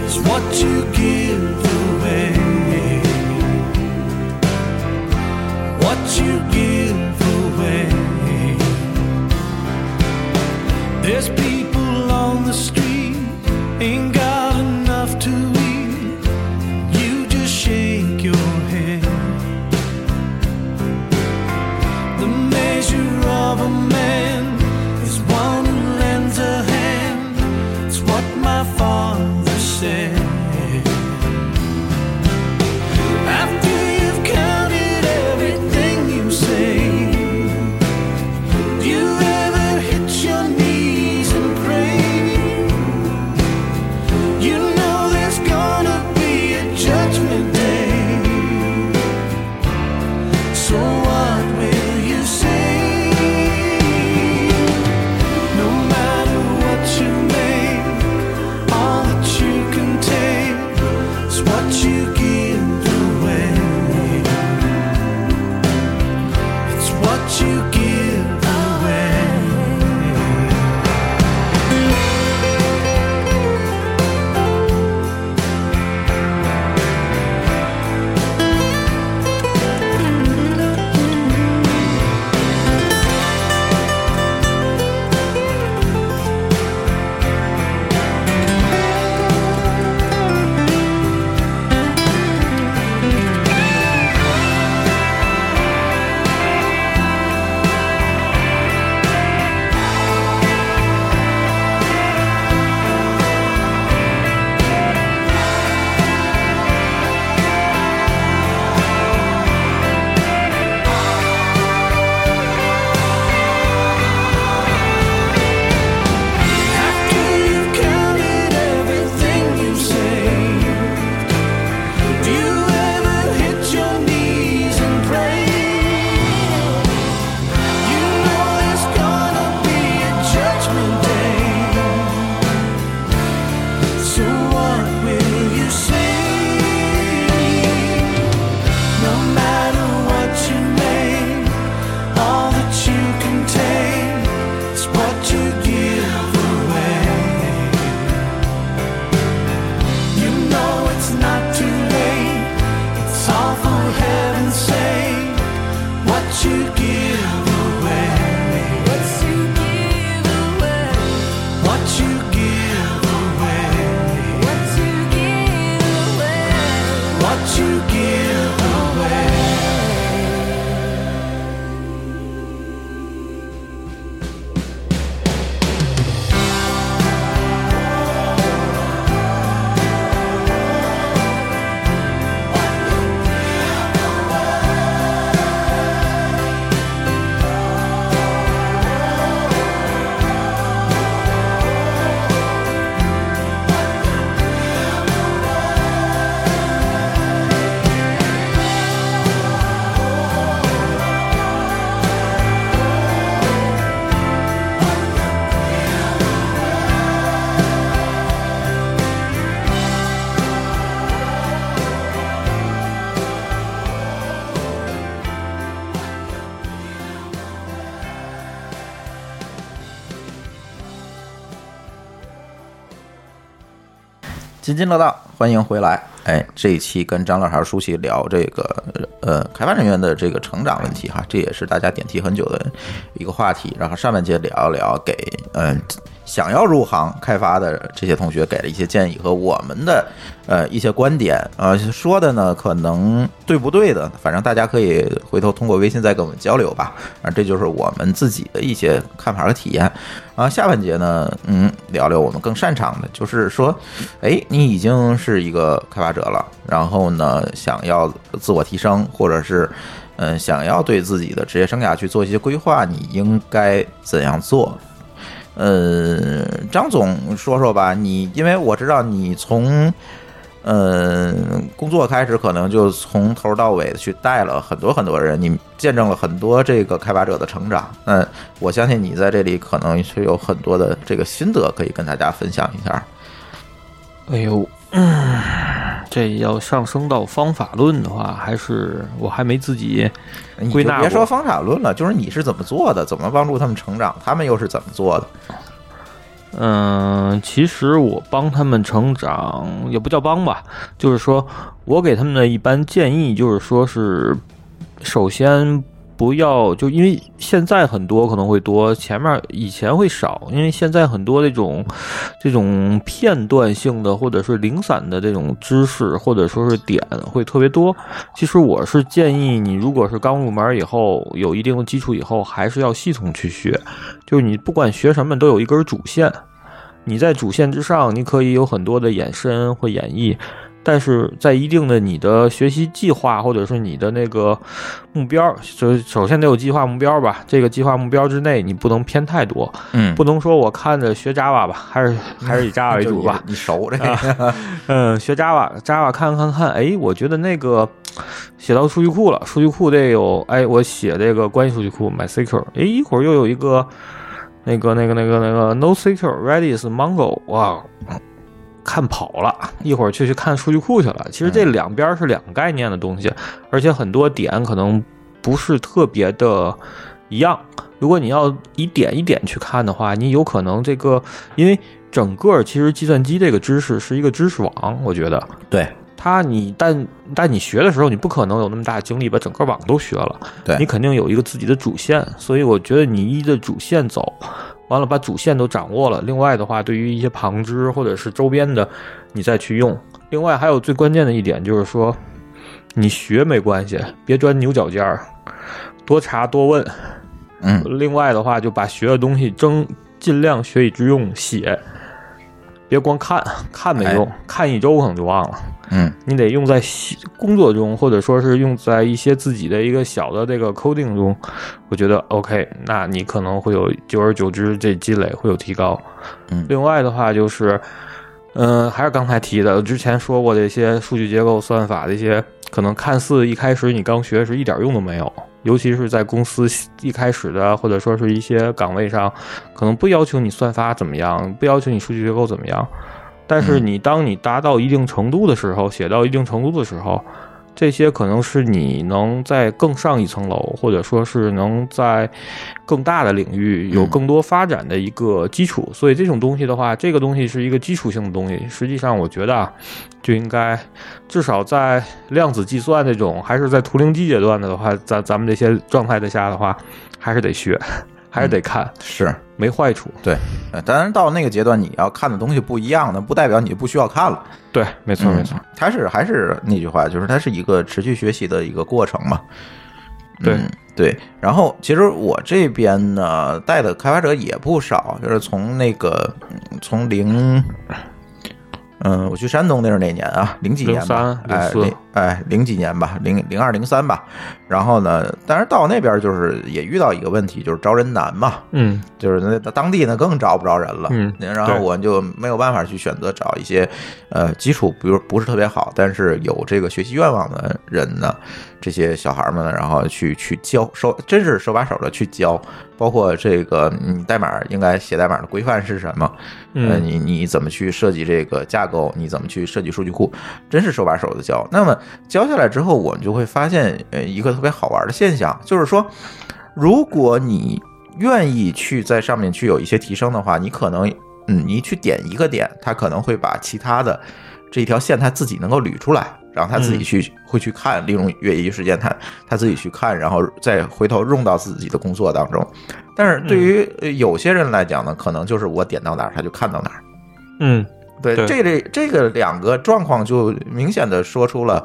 is what you give away what you give away. There's people on the street, ain't got enough to eat. You just shake your head. The measure of a man is one who lends a hand. It's what my father said. After you've counted everything you say, do you ever hit your knees and pray? You know there's gonna be a judgment day. So what will you say?
津津乐道，欢迎回来。哎，这一期跟张乐还有舒淇聊这个呃开发人员的这个成长问题哈，这也是大家点题很久的一个话题。然后上半节聊一聊给嗯、想要入行开发的这些同学给了一些建议和我们的呃一些观点呃说的呢可能对不对的，反正大家可以回头通过微信再跟我们交流吧。啊，这就是我们自己的一些看法和体验。啊，下半节呢，嗯，聊聊我们更擅长的，就是说，哎，你已经是一个开发者了，然后呢，想要自我提升，或者是，嗯，想要对自己的职业生涯去做一些规划，你应该怎样做？呃，张总说说吧，你因为我知道你从。嗯，工作开始可能就从头到尾去带了很多很多人，你见证了很多这个开发者的成长。嗯，我相信你在这里可能是有很多的这个心得可以跟大家分享一下。
哎呦，嗯，这要上升到方法论的话，还是我还没自己
你就
归纳
别说
过。
方法论了，就是你是怎么做的，怎么帮助他们成长，他们又是怎么做的？
嗯，其实我帮他们成长也不叫帮吧，就是说我给他们的一般建议就是说是，首先不要就因为现在很多可能会多，前面以前会少，因为现在很多这种这种片段性的或者是零散的这种知识或者说是点会特别多。其实我是建议你，如果是刚入门以后有一定的基础以后，还是要系统去学，就是你不管学什么都有一根主线。你在主线之上，你可以有很多的延伸或演绎，但是在一定的你的学习计划或者是你的那个目标，就首先得有计划目标吧。这个计划目标之内，你不能偏太多，
嗯
不能说我看着学 Java 吧，还是还是以 Java 为主吧。啊
你熟这 个，
嗯，学 Java，Java 看看看，哎，我觉得那个写到数据库了，数据库得有，哎，我写这个关系数据库 MySQL，哎，一会儿又有一个那个那个那个那个 NoSQL、Redis、Mongo，哇，看跑了，一会儿去去看数据库去了。其实这两边是两个概念的东西，而且很多点可能不是特别的一样。如果你要一点一点去看的话，你有可能这个，因为整个其实计算机这个知识是一个知识网，我觉得
对
它你但但你学的时候，你不可能有那么大精力把整个网都学了，
对
你肯定有一个自己的主线，所以我觉得你依着主线走，完了把主线都掌握了。另外的话，对于一些旁支或者是周边的，你再去用。另外还有最关键的一点就是说，你学没关系，别钻牛角尖儿，多查多问，
嗯，
另外的话，就把学的东西争尽量学以致用，写，别光看看没用，
哎
看一周可能就忘了。
嗯，
你得用在写工作中，或者说是用在一些自己的一个小的这个 coding 中。我觉得 OK，那你可能会有久而久之这积累会有提高。
嗯
另外的话就是，嗯、还是刚才提的，之前说过的一些数据结构、算法的一些，可能看似一开始你刚学是一点用都没有，尤其是在公司一开始的，或者说是一些岗位上，可能不要求你算法怎么样，不要求你数据结构怎么样。但是你当你达到一定程度的时候，写到一定程度的时候，这些可能是你能在更上一层楼，或者说是能在更大的领域有更多发展的一个基础。所以这种东西的话，这个东西是一个基础性的东西。实际上，我觉得啊，就应该至少在量子计算这种，还是在图灵机阶段的话，咱咱们这些状态的下的话，还是得学，还是得看，
是。
没坏处。
对，呃当然到那个阶段，你要看的东西不一样，那不代表你不需要看了。
对，没错，没错。
嗯，它是还是那句话，就是它是一个持续学习的一个过程嘛。
对
嗯对，然后其实我这边呢带的开发者也不少，就是从那个嗯从零。嗯，我去山东那是哪年啊？零几年吧，
03
哎，
04
零哎零几年吧，零零二零三吧。然后呢，但是到那边就是也遇到一个问题，就是招人难嘛。
嗯，
就是那当地呢更招不着人了，
嗯
然后
对
我就没有办法去选择找一些呃基础比如不是特别好，但是有这个学习愿望的人呢，这些小孩们呢，然后去去教手，真是手把手的去教，包括这个你代码应该写代码的规范是什么，
嗯
呃你你怎么去设计这个架构，你怎么去设计数据库，真是手把手的教。那么教下来之后，我们就会发现呃一个特别好玩的现象，就是说，如果你愿意去在上面去有一些提升的话，你可能嗯，你去点一个点，它可能会把其他的这一条线他自己能够捋出来，然后他自己去、会去看，利用越一事件，他他自己去看，然后再回头用到自己的工作当中。但是对于呃有些人来讲呢，可能就是我点到哪儿他就看到哪儿。
嗯，
对，
对
这类这个两个状况就明显的说出了，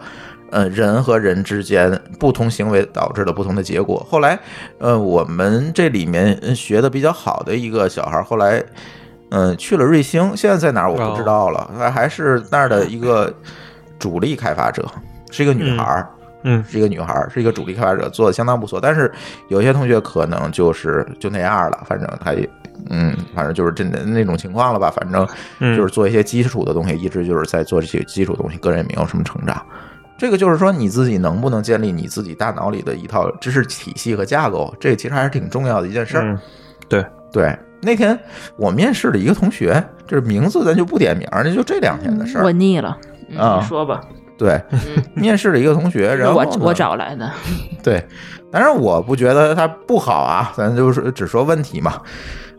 呃，人和人之间不同行为导致的不同的结果。后来，呃，我们这里面呃学的比较好的一个小孩，后来，嗯、去了瑞星，现在在哪儿我不
哦
知道了，还还是那儿的一个主力开发者，是一个女孩儿。
嗯
是一个女孩儿，是一个主力开发者，做的相当不错。但是有些同学可能就是就那样了，反正他也，嗯，反正就是这那种情况了吧。反正
嗯
就是做一些基础的东西，一直就是在做这些基础东西，个人也没有什么成长。这个就是说你自己能不能建立你自己大脑里的一套知识体系和架构，这个其实还是挺重要的一件事儿。
嗯
对，那天我面试了一个同学，这名字咱就不点名儿，那就这两天的事儿
我腻了，嗯
啊
你说吧，
对，
嗯
面试了一个同 学，然
是
后
我
呢
我找来的，
对，当然我不觉得他不好啊，咱就是只说问题嘛。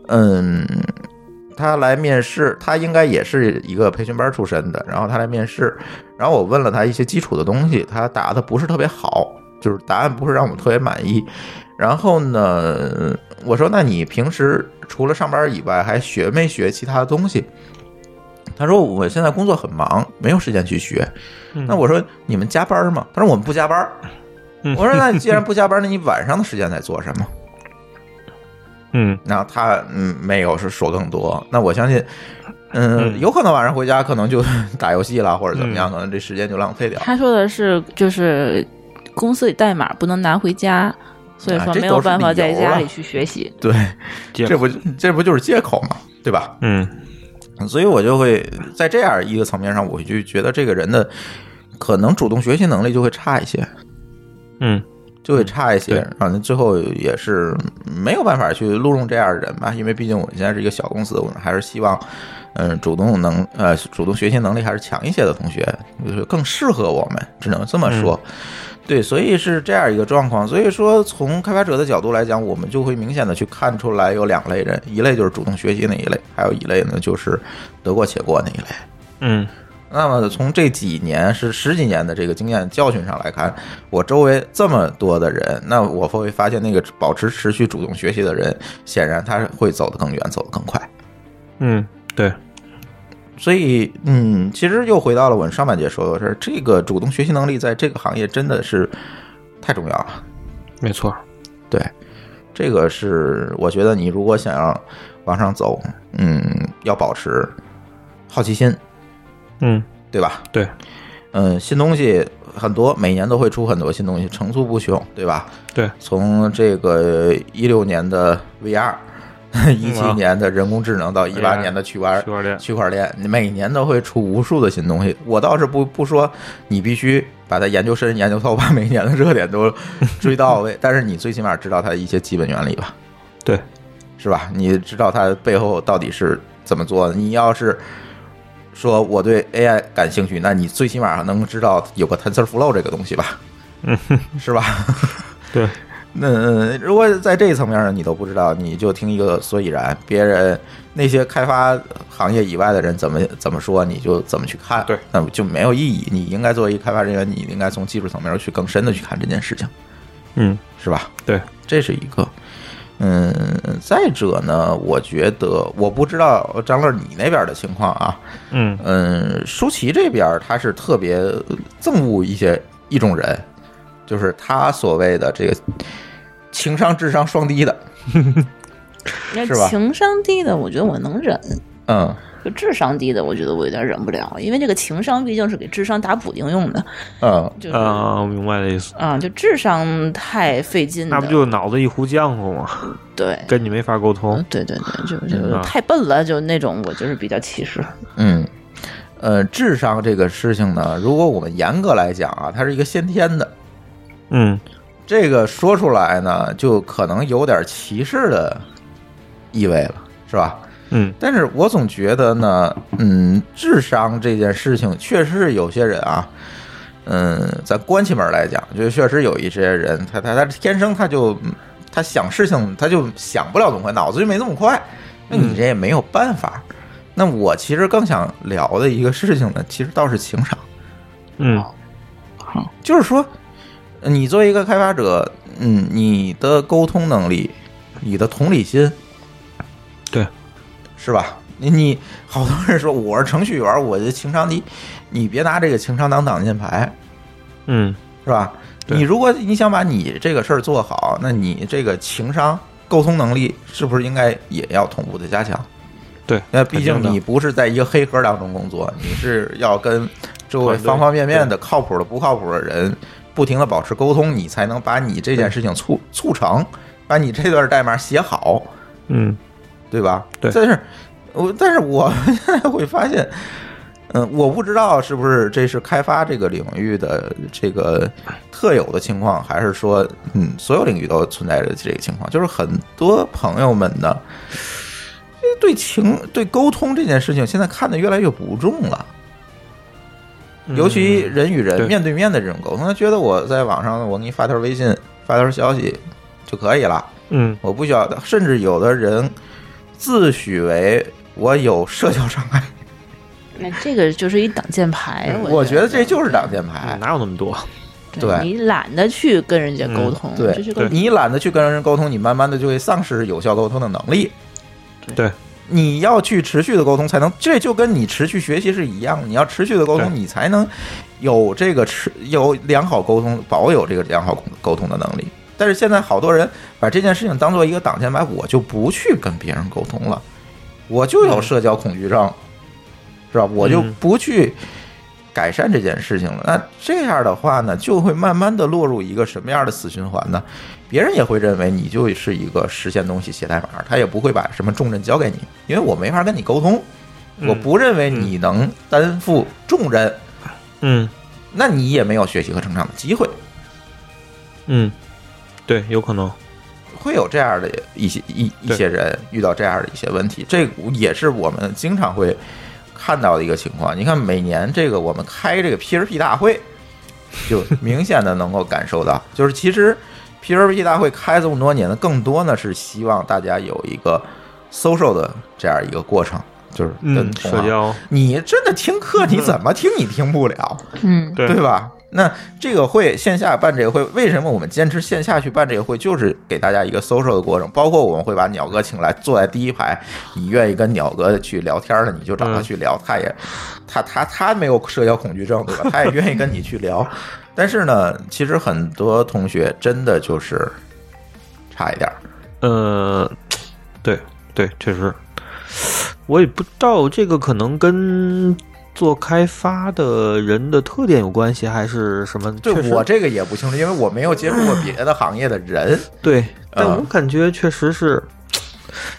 嗯，他来面试，他应该也是一个培训班出身的，然后他来面试，然后我问了他一些基础的东西，他答的不是特别好，就是答案不是让我特别满意。然后呢，我说那你平时除了上班以外，还学没学其他的东西？他说我现在工作很忙，没有时间去学。那我说你们加班吗？他说我们不加班。
嗯
我说那你既然不加班，那你晚上的时间在做什么？
嗯
然后他嗯没有是说更多。那我相信，嗯，
嗯
有可能晚上回家可能就 打游戏了，或者怎么样，可能这时间就浪费掉。
他说的是就是公司里代码不能拿回家，所以
啊
说
这
没
都
有
是
办法
理由
在家
啊
里去学习。
对，
借口
这不这不就是借口嘛，对吧？
嗯
所以我就会在这样一个层面上，我就觉得这个人的可能主动学习能力就会差一些。
嗯
就会差一些
对，
反正最后也是没有办法去录用这样的人吧，因为毕竟我们现在是一个小公司，我们还是希望，嗯、主动能呃主动学习能力还是强一些的同学，就是更适合我们，只能这么说。对，所以是这样一个状况。所以说，从开发者的角度来讲，我们就会明显的去看出来有两类人，一类就是主动学习那一类，还有一类呢就是得过且过那一类。
嗯
那么从这几年是十几年的这个经验教训上来看，我周围这么多的人，那我会发现那个保持持续主动学习的人，显然他会走得更远，走得更快。
嗯，对，
所以，嗯，其实又回到了我们上半节说的是，这个主动学习能力在这个行业真的是太重要了。
没错，
对，这个是我觉得你如果想要往上走，嗯，要保持好奇心，
嗯
对吧？
对，
嗯，新东西很多，每年都会出很多新东西，层出不穷，对吧？
对，
从这个一六年的 VR，一 七
啊
年的人工智能到一八
VR
年的区块
区块链
区块链，你每年都会出无数的新东西。我倒是不不说你必须把它研究深、研究透，把每年的热点都追到 位，但是你最起码知道它的一些基本原理吧。
对，
是吧？你知道它背后到底是怎么做的？你要是说我对 AI 感兴趣，那你最起码能知道有个 TensorFlow 这个东 西吧？
嗯，
是吧？
对，
那、呃如果在这一层面上你都不知道，你就听一个所以然，别人那些开发行业以外的人怎么怎么说，你就怎么去看，
对，
那就没有意义。你应该作为一个开发人员，你应该从技术层面去更深的去看这件事情，
嗯
是吧？
对，
这是一个。嗯，再者呢，我觉得我不知道张乐你那边的情况啊，
嗯
嗯，舒淇这边儿她是特别憎恶一些一种人，就是她所谓的这个情商智商双低的，
那
是吧
情商低的，我觉得我能忍；
嗯
就智商低的，我觉得我有点忍不了，因为这个情商毕竟是给智商打补丁用的，
嗯，
就是啊、
啊，我明白的意思。
就智商太费劲的，
那不就脑子一糊浆糊吗？
对。
跟你没法沟通
嗯。对对对，就就
啊
太笨了，就那种我就是比较歧视。
嗯，呃，智商这个事情呢，如果我们严格来讲啊，它是一个先天的，
嗯
这个说出来呢，就可能有点歧视的意味了，是吧？
嗯
但是我总觉得呢，嗯，智商这件事情确实是有些人啊，嗯，咱关起门来讲，就确实有一些人，他他他天生他就嗯他想事情他就想不了这么快，脑子就没那么快，那你这也没有办法。那我其实更想聊的一个事情呢，其实倒是情商，
嗯
就是说，你作为一个开发者，嗯，你的沟通能力，你的同理心，
对，
是吧？你你好多人说我是程序员，我的情商低，你别拿这个情商当挡箭牌，
嗯
是吧？
对
你如果你想把你这个事儿做好，那你这个情商、沟通能力是不是应该也要同步的加强？
对，
那毕
肯
竟
定的
你不是在一个黑盒当中工作，你是要跟周围
团队
方方面面的靠谱的、不靠谱的人不停的保持沟通，你才能把你这件事情促促成，把你这段代码写好，
嗯
对吧？
对
但是我但是我 现在会发现，嗯、我不知道是不是这是开发这个领域的这个特有的情况，还是说，嗯，所有领域都存在着这个情况，就是很多朋友们呢。对情对沟通这件事情，现在看得越来越不重了。
嗯
尤其人与人
对
面对面的这种沟通，他觉得我在网上我给你发条微信、发条消息就可以了，
嗯
我不需要的。甚至有的人自诩为我有社交障碍，
那这个就是一挡箭牌，
嗯我
觉
觉得这就是挡箭牌。
哪有那么多？
对
你懒得去跟人家
嗯
沟通，
对
这是个
你懒得去跟人沟通，你慢慢的就会丧失有效沟通的能力。
对，
你要去持续的沟通，才能这就跟你持续学习是一样的。你要持续的沟通，
对
你才能有这个持有良好沟通，保有这个良好沟通的能力。但是现在好多人把这件事情当做一个挡箭牌，我就不去跟别人沟通了，我就有社交恐惧症，是吧？我就
嗯
不去改善这件事情了。那这样的话呢，就会慢慢的落入一个什么样的死循环呢？别人也会认为你就是一个实现东西写代码，他也不会把什么重任交给你，因为我没法跟你沟通，
嗯
我不认为你能担负重任，
嗯
那你也没有学习和成长的机会，
嗯，对，有可能。
会有这样的一些一一
对
些人遇到这样的一些问题，这也是我们经常会看到的一个情况。你看，每年这个我们开这个 P2P 大会，就明显的能够感受到，就是其实 P2P 大会开这么多年呢，更多呢是希望大家有一个 social 的这样一个过程，就是
嗯
跟同行
社。交，
你真的听课，你怎么听你听不了，
嗯，
对
对吧？那这个会线下办这个会，为什么我们坚持线下去办这个会？就是给大家一个 social 的过程，包括我们会把鸟哥请来，坐在第一排，你愿意跟鸟哥去聊天的，你就找他
嗯
去聊，他也，他他他没有社交恐惧症，对吧？他也愿意跟你去聊。但是呢，其实很多同学真的就是差一点儿，
呃，对对，确实，我也不知道这个可能跟做开发的人的特点有关系，还是什么？
对
确实
我这个也不清楚，因为我没有接触过别的行业的人。
对，但
嗯
我感觉确实是。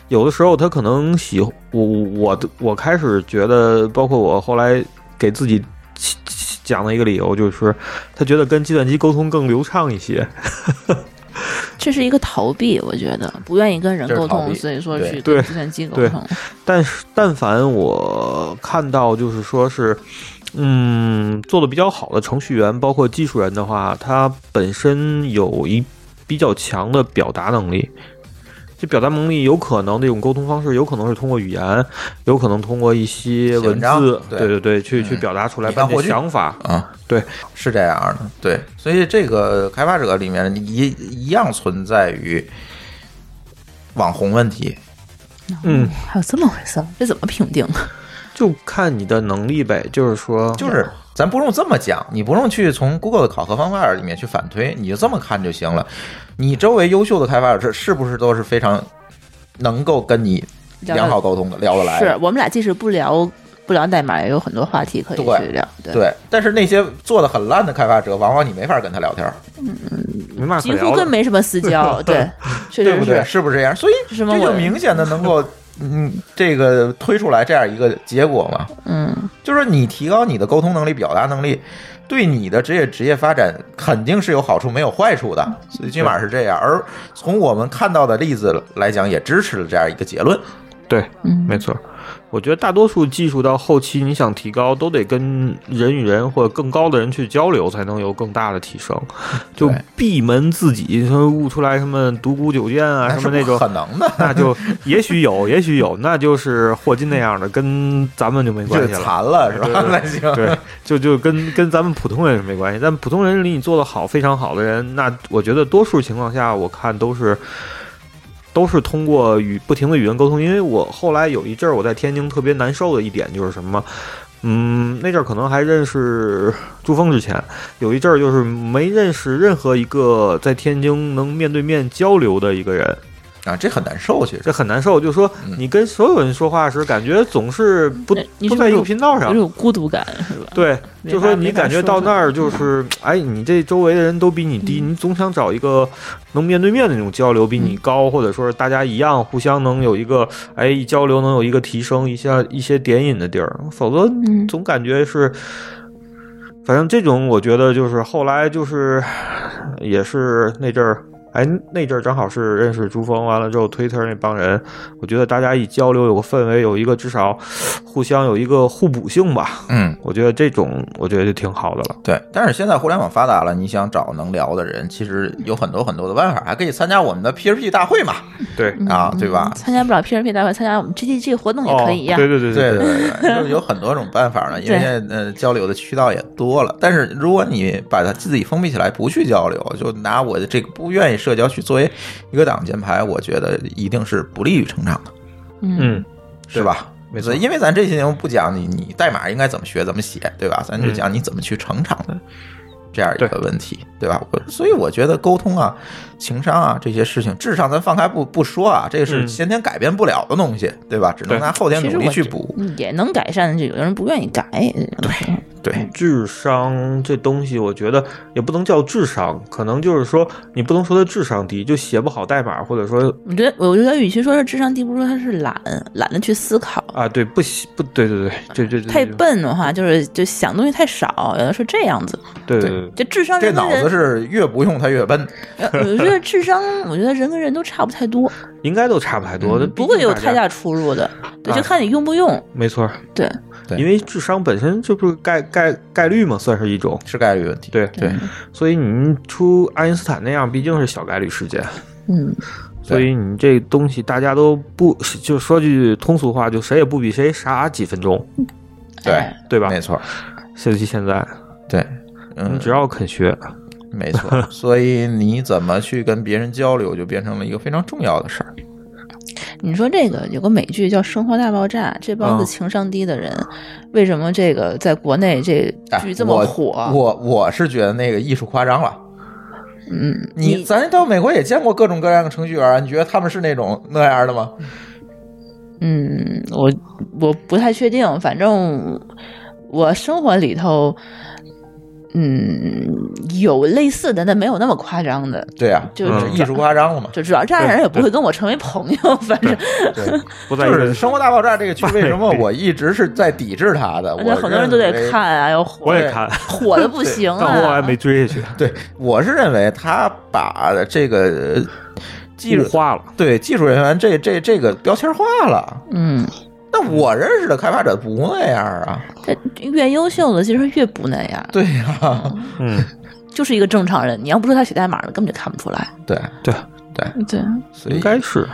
有的时候他可能喜我我的我开始觉得，包括我后来给自己起起讲的一个理由，就是他觉得跟计算机沟通更流畅一些。
这是一个逃避，我觉得不愿意跟人沟
这是逃
通，
避
所以说
对
去
对
跟计算机沟
对
通。
但是但凡我看到就是说是，嗯，做的比较好的程序员，包括技术人的话，他本身有一比较强的表达能力。这表达能力有可能那种沟通方式，有可能是通过语言，有可能通过一些
写文
文
章
字，
对
对对对，去去
嗯
表达出来，
你看
把你的
火炬
想法，
啊，
对，
是这样的，对，所以这个开发者里面一一样存在于网红问题，
嗯，
还有这么回事儿？这怎么评定？
就看你的能力呗。就是说，
就是咱不用这么讲，你不用去从 Google 的考核方法里面去反推，你就这么看就行了。你周围优秀的开发者是是不是都是非常能够跟你良好沟通的，聊得来的？
是我们俩即使不聊不聊代码，也有很多话题可以
对
去聊。对，
对，但是那些做的很烂的开发者，往往你没法跟他聊天儿，
没嘛可
几
聊
乎跟
的。
没什么私 交。对，确
对
实
不对？
是。
是不是这样？所以这
是什么
就
我
明显的能够，嗯，这个推出来这样一个结果嘛。
嗯，
就是你提高你的沟通能力、表达能力，对你的职业职业发展肯定是有好处，没有坏处的。
嗯
最起码是这样。而从我们看到的例子来讲，也支持了这样一个结论。
对，
嗯，
没错，我觉得大多数技术到后期，你想提高，都得跟人与人或者更高的人去交流，才能有更大的提升。就
嗯对
闭门自己，他悟出来什么独孤九剑啊，
那
什
是
么那
不
种
可，能的，
那就也许有，也许有，那就是霍金那样的，跟咱们就没关
这
系了。
残了是吧？
对
那行，
对，就就跟跟咱们普通人是没关系，但普通人里你做的好非常好的人，那我觉得多数情况下，我看都是都是通过语不停的语言沟通。因为我后来有一阵儿我在天津特别难受的一点就是什么，嗯，那阵儿可能还认识朱峰之前，有一阵儿就是没认识任何一个在天津能面对面交流的一个人，
啊，这很难受，其实
这很难受。就说
嗯
你跟所有人说话时，感觉总是不
你
不
是不
在
是
一个
有
频道上
有，种孤独感是吧？
对，
没
就
法
说你
没法
感觉
说
到
出
那
来
儿就是，哎，你这周围的人都比你低，
嗯
你总想找一个能面对面的那种交流，比你高，或者说是大家一样，互相能有一个，哎，一交流能有一个提升，一下一些点引的地儿，否则
嗯
总感觉是，反正这种我觉得就是后来就是也是那阵儿。哎，那阵儿正好是认识朱峰，完了之后 Twitter 那帮人，我觉得大家一交流有个氛围，有一个至少互相有一个互补性吧。
嗯。
我觉得这种我觉得就挺好的了。
对，但是现在互联网发达了，你想找能聊的人，其实有很多很多的办法，还可以参加我们的 P2P 大会嘛，
对，
嗯
啊，对吧？
参加不了 P R P 大会，参加我们 G G G 活动也可以呀、
哦对对对对，
对对对，就是有很多种办法呢，因为现在呃交流的渠道也多了。但是如果你把它自己封闭起来，不去交流，就拿我的这个不愿意社交去作为一个挡箭牌，我觉得一定是不利于成长的，
嗯，
是吧？
没
所
错
以，因为咱这期节目不讲你你代码应该怎么学怎么写，对吧？咱就讲你怎么去成长的这样一个
对
问题，对吧？我所以我觉得沟通啊、情商啊这些事情，智商咱放开不不说啊，这是
嗯
先天改变不了的东西，对吧？只能
对
拿后天
其实
努
我
力去
觉
补。
嗯也能改善，这有的人不愿意改。嗯对，
对，
智商这东西，我觉得也不能叫智商，可能就是说你不能说他智商低，就写不好代码，或者说
我觉得，我觉得，与其说是智商低，不如说他是懒，懒得去思考。
啊，对，不喜不对对对，这这这
嗯太，笨的话，就是就想东西太少，有的是这样子。
对对对，
就智商
这
人跟
脑子
人，
是越不用它越笨。
呃我觉得智商，我觉得人跟人都差不太多，
应该都差不太多，
嗯
那
不会有太
毕竟
大出入的。对，
啊
就看你用不用。
大家，没错，
对，
对
因为智商本身这不是概概概率嘛，算是一种，
是概率问题。
对嗯
对，
所以你出爱因斯坦那样，毕竟是小概率事件。
嗯，
所以你这东西大家都不，就说句通俗话，就谁也不比谁傻几分钟，
对
哎，
对吧？
没错，
尤其现在，
对，
你
嗯，
只要肯 学，
没错。所以你怎么去跟别人交流，就变成了一个非常重要的事儿。
你说这个有个美剧叫《生活大爆炸》，这帮
啊
子情商低的人，为什么这个在国内这
哎
剧这么火？
我我我是觉得那个艺术夸张了。
嗯，
你咱到美国也见过各种各样的程序员啊，你觉得他们是那种那样的吗？
嗯，我我不太确定，反正我生活里头，嗯，有类似的，但没有那么夸张的。
对呀、
嗯就
这艺术夸张了嘛。
就主要这样的人也不会跟我成为朋友， 反正
对，
不在一
就
个
是《生活大爆炸》这个剧，为 什么我一直是在抵制它的？我
而且很多人都得
认为
看啊，要火
我也看，
火的不 行
但我后来
啊。
没追下去，
对，我是认为他把这个技
物
术
化了。
对技术人员这这这个标签化了。
嗯，
那我认识的开发者不那样啊，
这越优秀的其实越不那样，
对呀、
嗯，
就是一个正常人。你要不说他写代码的，根本就看不出来。
对
对，
对，
所以
应该是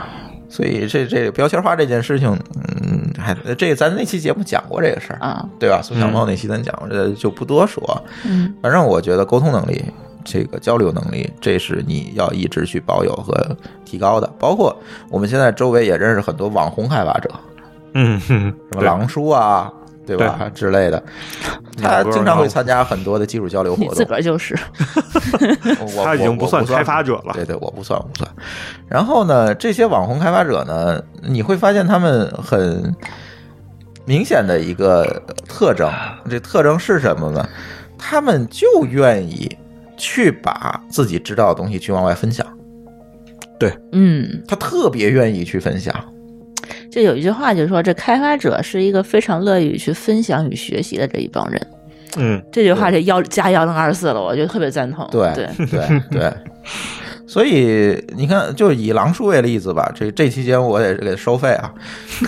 所以这这个标签化这件事情，嗯，还这咱那期节目讲过这个事儿，
啊，
对吧？苏小茂那期咱讲过，这就不多说。
嗯，
反正我觉得沟通能力、这个交流能力，这是你要一直去保有和提高的。包括我们现在周围也认识很多网红开发者，
嗯，哼
什么狼叔啊，对吧之类的，他经常会参加很多的技术交流
你
活
自
动
个。儿就是，
我
他已经不算开发者了
对对，我不算，我不算。然后呢，这些网红开发者呢，你会发现他们很明显的一个特征，这特征是什么呢？他们就愿意去把自己知道的东西去往外分享，
嗯，
他特别愿意去分享。
这有一句话就说，这开发者是一个非常乐于去分享与学习的这一帮人。
嗯，
这句话这幺加幺零二四了，我就特别赞同。
对
对，
对对，所以你看，就以狼叔为例子吧，这这期节目我得给他收费 啊。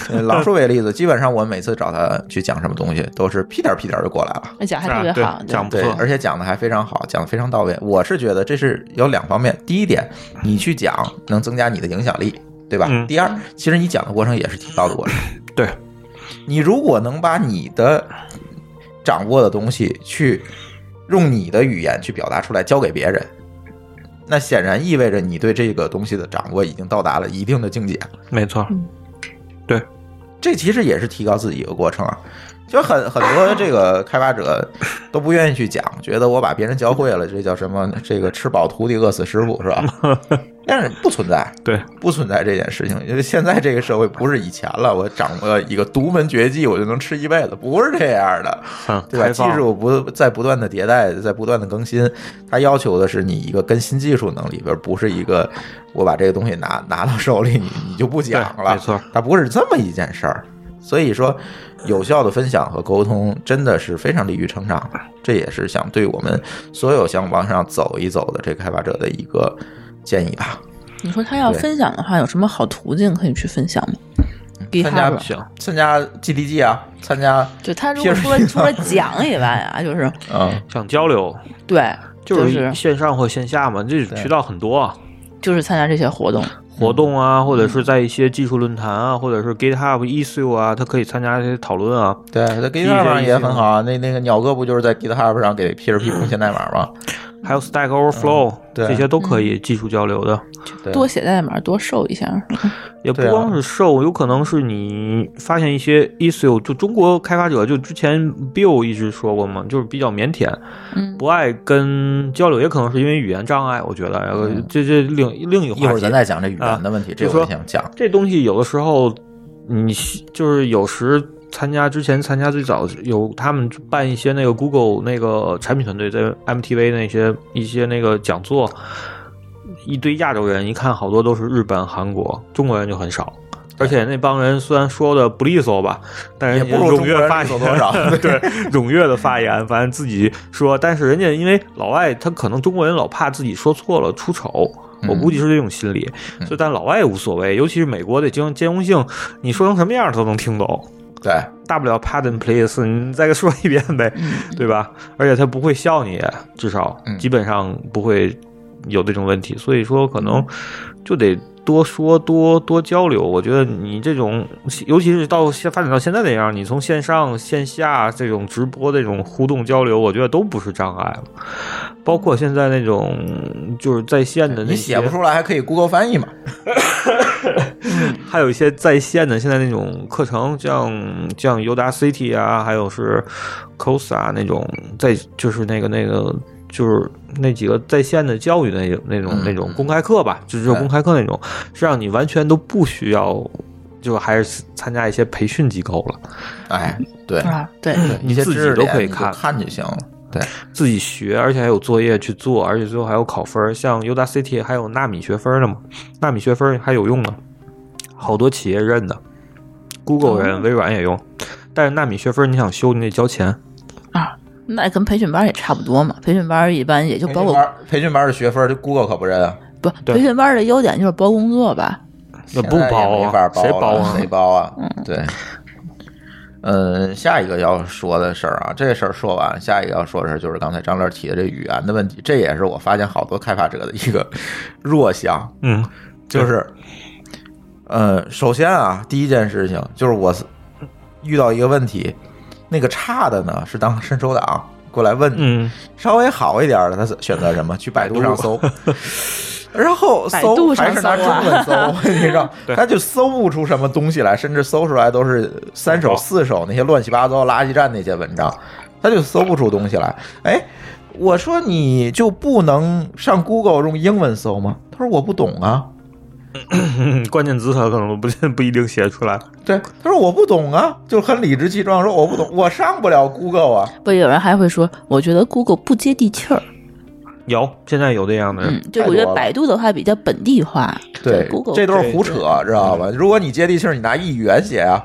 呃狼叔为例子，基本上我每次找他去讲什么东西，都是屁颠儿屁颠儿就过来了。
那讲还特别
啊
好，
对
对
讲不
对
错，
而且讲的还非常好，讲的非常到位。我是觉得这是有两方面，第一点，你去讲能增加你的影响力，对吧？
嗯
第二，其实你讲的过程也是提高的过程。
对，
你如果能把你的掌握的东西去用你的语言去表达出来，交给别人，那显然意味着你对这个东西的掌握已经到达了一定的境界。
没错，
这其实也是提高自己一个过程啊。就很很多这个开发者都不愿意去讲，觉得我把别人教会了，这叫什么？这个吃饱徒弟饿死师傅 是吧？但是不存在，
对，
不存在这件事情。因为现在这个社会不是以前了，我掌握一个独门绝技，我就能吃一辈子，不是这样的。
嗯，
对吧？
开
技
放
术不在不断的迭代，在不断的更新，它要求的是你一个跟新技术能力，而不是一个我把这个东西拿拿到手里，你你就不讲
对
了。
没错，
它不是这么一件事儿。所以说，有效的分享和沟通真的是非常利于成长的。这也是想对我们所有想往上走一走的这个开发者的一个建议吧。
你说他要
对
分享的话，有什么好途径可以去分享吗？
参加
GitHub
行，
参加 GDG 啊，参加
就他如果
Peer
除了除了讲以外啊，就是
嗯，
想交流
对，就
就是线上或线下嘛，这种渠道很多啊。
就是参加这些活动，
活动
嗯
啊，或者是在一些技术论坛啊，或者是 GitHub、issue 啊，他可以参加一些讨论啊。
对，在 GitHub 上也很好啊。那那个鸟哥不就是在 GitHub 上给 PHP 贡献代码吗？
还有 Stack Overflow，、
嗯对嗯
这些都可以技术交流的，
对
多写代码，多受一下。
也不
对啊
光是受，有可能是你发现一些 issue，就中国开发者，就之前 Bill 一直说过嘛，就是比较腼腆，
嗯
不爱跟交流，也可能是因为语言障碍，我觉得、呃
嗯
这这另另一
一会
话
儿
题
咱。再讲这语言的问题，这
就
个我
说
也想讲。
这东西有的时候，你就是有时参加之前参加最早有他们办一些那个 Google 那个产品团队在 MTV 那些一些那个讲座，一堆亚洲人，一看好多都是日本、韩国，中国人就很少。而且那帮人虽然说的不利索吧，但是
也不如
踊
中国
跃
人
发
利
言
索多少
对，踊跃的发言，反正自己说，但是人家因为老外他可能中国人老怕自己说错了出丑，我
嗯
估计是这种心理，所以但老外也无所谓，尤其是美国的兼兼容性，你说成什么样儿他都能听懂，
对，
大不了 pardon please，你再说一遍呗，对吧？而且他不会笑你，至少
嗯
基本上不会有这种问题，所以说可
嗯
能就得多说多多交流。我觉得你这种，尤其是到现发展到现在这样，你从线上线下这种直播这种互动交流，我觉得都不是障碍了。包括现在那种就是在线的那
你
些
写不，出来还可以 Google 翻译嘛？
还有一些在线的现在那种课程，像像 u d a City 啊，还有是 Cos 啊那种，在就是那个那个就是那几个在线的教育那种那种
嗯
那种公开课吧，就是公开课那种，是让你完全都不需要，就还是参加一些培训机构了，
哎，对，
啊，对，
对
你
一些
自己
知识
都
点
可以
你就
看
看就行。对，
自己学，而且还有作业去做，而且最后还有考分儿。像 u d a City 还有纳米学分儿呢嘛，纳米学分儿还有用呢，好多企业认的，Google
哦
人、微软也用。但是纳米学分儿你想修，你得交钱。
那跟培训班也差不多嘛。培训班一般也就
培
包
训
括
班培训班的学分，这 Google 可不认啊，
不
对
培训班的优点就是包工作吧，
那不
现在也
包啊
没法包
谁
了
包啊
谁包啊？对。嗯，下一个要说的事儿啊，这事儿说完，下一个要说的事儿就是刚才张乐提的这语言的问题，这也是我发现好多开发者的一个弱项，
嗯，
就是，呃，首先啊，第一件事情就是我是遇到一个问题，那个差的呢是当伸手党过来问你，
嗯，
稍微好一点的他选择 什么？去百度上搜， 然后
百
搜
度上
还是拿
搜
中
啊
文搜， 你知道，
对
他就搜不出什么东西来，甚至搜出来都是三手
广告
四手那些乱七八糟垃圾站那些文章，他就搜不出东西来。哎，我说你就不能上 Google 用英文搜吗？他说我不懂啊。
嗯关键词他可能不 不一定写出来。
对，他说我不懂啊，就很理直气壮地说我不懂，我上不了 Google 啊。
不，有人还会说，我觉得 Google 不接地气儿。
有，现在有这样的人
嗯，，就我
太多
觉得
了
百度的话比较本地化，
对
，Google
这都是胡扯，知道吧？如果你接地气儿，你拿一语言写啊，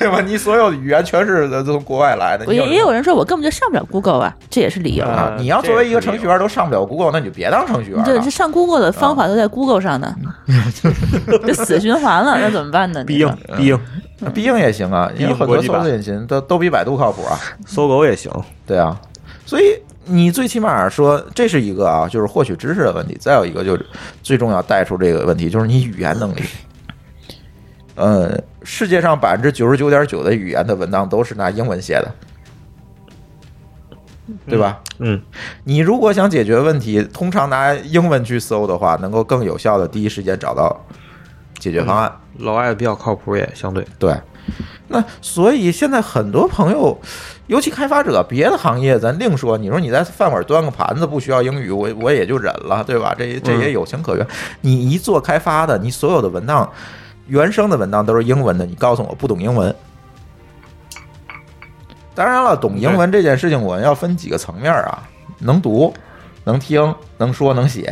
对吧？你所有的语言全是呃从国外来的，
我
你
也也
什么
有人说我根本就上不了 Google 啊，这也是理由。
啊
啊，你要作为一个程序员都上不了 Google，那你就别当程序员
这
了
这。上 Google 的方法都在 Google 上呢，
嗯
这死循环了，那怎么 办呢？
必应
这
必应，
那必应也行啊，因为很多搜索引擎都都比百度靠谱啊。
搜狗也行。
对啊，所以你最起码说这是一个啊，就是获取知识的问题。再有一个就是最重要带出这个问题，就是你语言能力。呃，世界上百分之九十九点九的语言的文档都是拿英文写的，对吧？
嗯，
你如果想解决问题，通常拿英文去搜的话，能够更有效的第一时间找到解决方案。
老外比较靠谱，也相对。
对，那所以现在很多朋友，尤其开发者，别的行业咱另说。你说你在饭馆端个盘子不需要英语，我我也就忍了，对吧？这
嗯
这也有情可原。你一做开发的，你所有的文档，原生的文档都是英文的，你告诉我不懂英文。当然了，懂英文这件事情，我们要分几个层面啊，能读、能听、能说、能写。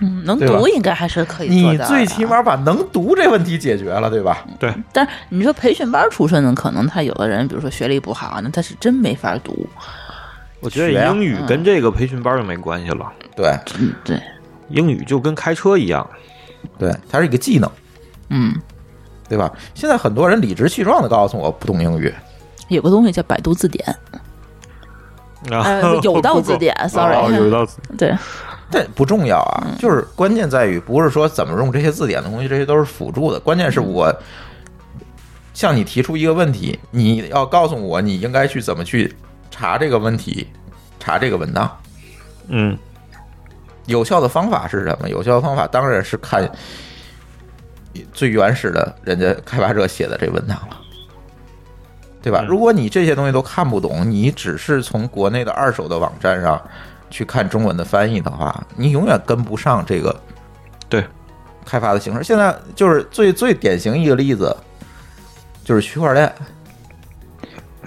嗯，能
对吧
读应该还是可以做
你
到的。啊嗯
最起，码把能读这问题解决了，对吧？
对，
但是你说培训班出身的，可能他有的人，比如说学历不好，啊那他是真没法读。
我觉得
学啊
英语跟这个培训班就没关系了，
对
嗯，对，
英语就跟开车一样。
对，它是一个技能。
嗯，
对吧？现在很多人理直气壮的告诉我不懂英语，
有个东西叫百度字典，
啊
呃，有道字典 sorry
哦有道字
对，
但不重要啊。就是关键在于，不是说怎么用这些字典的东西，这些都是辅助的。关键是我向你提出一个问题，你要告诉我你应该去怎么去查这个问题，查这个文档。
嗯，
有效的方法是什么？有效的方法当然是看最原始的人家开发者写的这文档了，对吧？
嗯
如果你这些东西都看不懂，你只是从国内的二手的网站上去看中文的翻译的话，你永远跟不上这个
对
开发的形式。现在就是最最典型一个例子，就是区块链，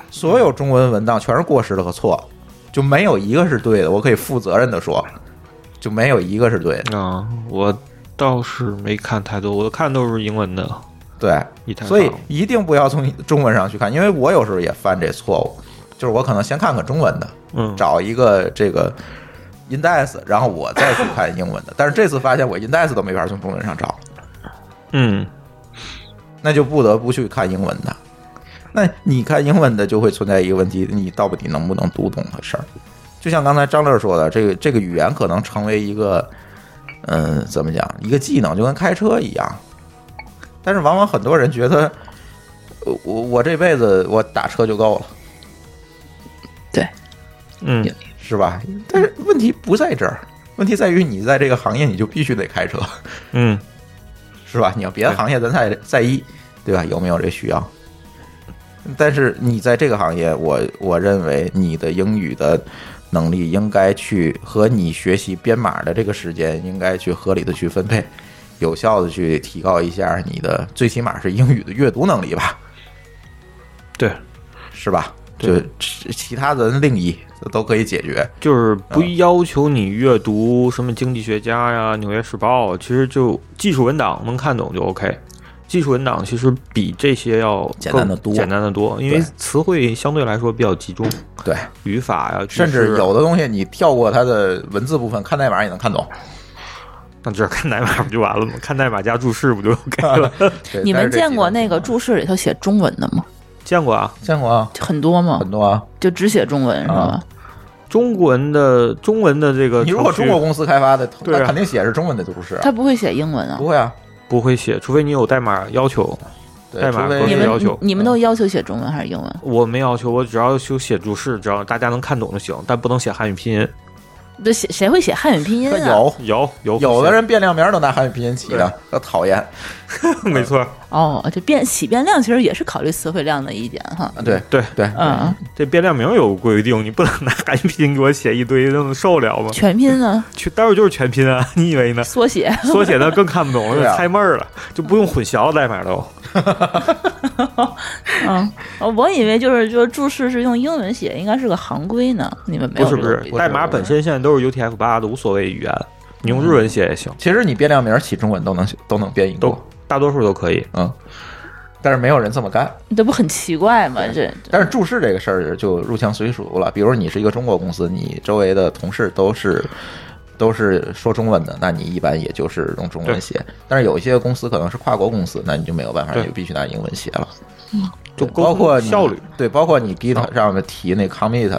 所有中文文档全是过时的和错，就没有一个是对的。我可以负责任的说，就没有一个是对 的。
啊，我倒是没看太多，我看都是英文的。
对，
一探
所以
访
一定不要从中文上去看，因为我有时候也犯这错误，就是我可能先看看中文的，
嗯，
找一个这个 index，然后我再去看英文的。但是这次发现我 index 都没法从中文上找，
嗯，
那就不得不去看英文的。那你看英文的就会存在一个问题，你到底能不能读懂的事儿？就像刚才张乐说的，这个这个语言可能成为一个，嗯，怎么讲，一个技能，就跟开车一样。但是往往很多人觉得，呃我我这辈子我打车就够了，
嗯，
是吧？但是问题不在这儿，问题在于你在这个行业你就必须得开车，
嗯，
是吧？你要别的行业咱再在意，对吧？有没有这需要？但是你在这个行业，我我认为你的英语的能力应该去和你学习编码的这个时间应该去合理的去分配，有效的去提高一下你的最起码是英语的阅读能力吧，
对，
是吧？就
对
其其他的另一都可以解决，
就是不要求你阅读什么《经济学家》呀，《纽约时报》，其实就技术文档能看懂就 OK。技术文档其实比这些要更
简单得多
简单的多，因为
对
词汇相对来说比较集中，
对，
语法呀，句
甚至
式啊
有的东西你跳过它的文字部分，看代码也能看懂。
那只要看代码不就完了吗？看代码加注释不就 OK 了？
对
你
但是
们
这
见
几嗯
过
种
那个注释里头写中文的吗？
见过啊，
见过啊，
就很多吗
很？多啊。
就只写中文是吧？
中文的中文的这个程序，
你如果中国公司开发的，
对啊
那肯定写是中文的都市啊，
他不会写英文啊
不？会啊，
不会写，除非你有代码要求。
对，
代码
除非
不会
你
有要
们
求
你们都要求写中文还是英文？
我没要求，我只要修写注释，只要大家能看懂就行，但不能写汉语拼音。
这写谁会写汉语拼音
那
啊？
有
有有
有的人变量名儿都拿汉语拼音起的，可讨厌啊！
没错，
哦，这变起变量其实也是考虑词汇量的一点哈。
啊对
对啊
对，
嗯，
这变量名有规定，你不能拿汉语拼音给我写一堆，那么受了吗？
全拼呢？
去，待会儿就是全拼啊， 你以为呢？
缩写。
缩写的更看不 懂，就
对啊
猜闷儿了，就不用混淆代码都。
嗯，哦我以为就是说注释是用英文写，应该是个行规呢。你们
不
没有
是
这
不
个
是
规，
代码本身现在都是 UTF 八的，无所谓语言，你用日文写也行，
其实你变量名儿起中文都能都能变英
都
国，
大多数都可以。
嗯，但是没有人这么干。
这不很奇怪吗？这
但是注释这个事儿就入乡随俗了。比如你是一个中国公司，你周围的同事都是都是说中文的，那你一般也就是用中文写。但是有一些公司可能是跨国公司，那你就没有办法，
对
你就必须拿英文写了。
就
对包括你
效率，啊
对，包括你 Git 上面提那 commit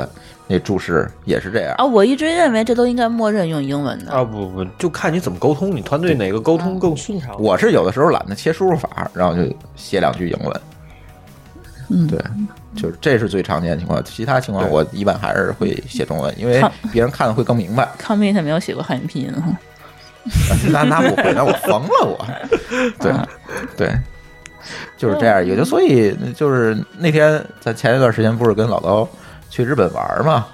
那注释也是这样
啊，。我一直认为这都应该默认用英文的。
啊，不不，就看你怎么沟通，你团队哪个沟通
嗯
更顺畅。
我是有的时候懒得切输入法，然后就写两句英文。
嗯
对，就是这是最常见的情况。其他情况我一般还是会写中文，因为
好
别人看的会更明白。
commit 没有写过汉语拼音哈，
那那不会，那我疯了我。对对，就是这样。也就所以就是那天咱前一段时间不是跟老高去日本玩嘛，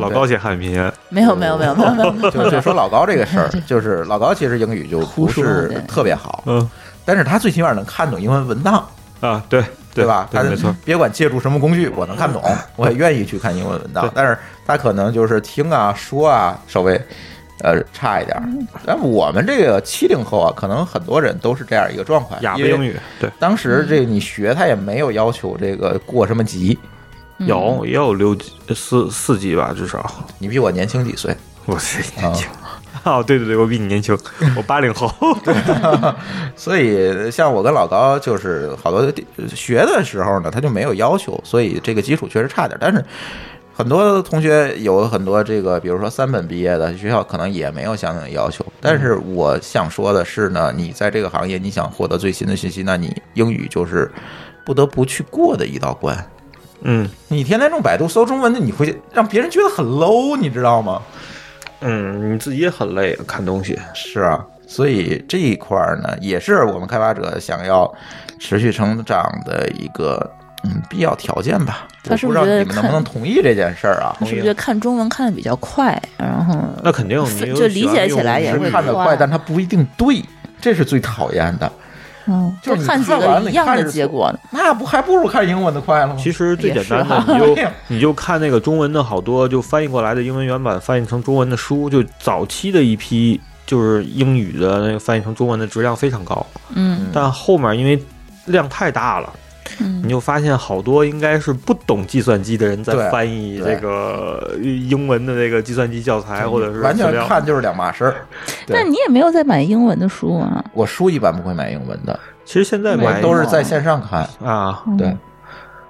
老高写汉语拼音，
没有没有没有没有没有，
就就说老高这个事儿，就是老高其实英语就不是特别好，
嗯
但是他最起码能看懂英文文档，
啊，对
对吧？
对，
他
没错，
别管借助什么工具，我能 看懂，我也愿意去看英文文档
对。
但是他可能就是听啊、说啊，稍微呃差一点儿。但我们这个七零后啊，可能很多人都是这样一个状况，
哑巴
因为
英语，对，
当时这你学他也没有要求这个过什么级，
嗯
有也有六级呃四四级吧，至少。
你比我年轻几岁
我是你
啊
年，轻 哦，对对对，我比你年轻，我八零后。
所以像我跟老高就是好多地学的时候呢，他就没有要求，所以这个基础确实差点。但是很多同学有很多这个，比如说三本毕业的学校，可能也没有相应的要求。但是我想说的是呢，你在这个行业，你想获得最新的信息，那你英语就是不得不去过的一道关。
嗯
你天天用百度搜中文的，你会让别人觉得很 low，你知道吗？
嗯，你自己也很累，看东西。
是啊，所以这一块儿呢，也是我们开发者想要持续成长的一个嗯必要条件吧。
他是
我
不
不
是
知道
觉得
你们能不
看
能同意这件事儿啊？
是不是看中文看的比较快，然后
那肯定，你
分
有
就理解
喜欢
起来
用
也
是
英
会啊
语
看得
快
快，但它不一定对，这是最讨厌的。
嗯，
就是
多
你
看几
看完了
个一
你
样
看
的
着
结
做
果呢。
那不还不如看英文的快了吗？
其实最简单
嗯
的，
也是啊哎
你 就
对呀
你就看那个中文的好多就翻译过来的英文原版翻译成中文的书，就早期的一批就是英语的那个翻译成中文的质量非常高，
嗯
嗯
但后面因为量太大了，
嗯
你，就发现好多应该是不懂计算机的人
对
在翻译
对
这个英文的这个计算机教材或者是
完
资
全
料。
看就是两码事儿。对
但你也没有在买英文的 书啊。
我书一般不会买英文的，
其实 现在
我
买
都是在线上看。
啊，
嗯
对，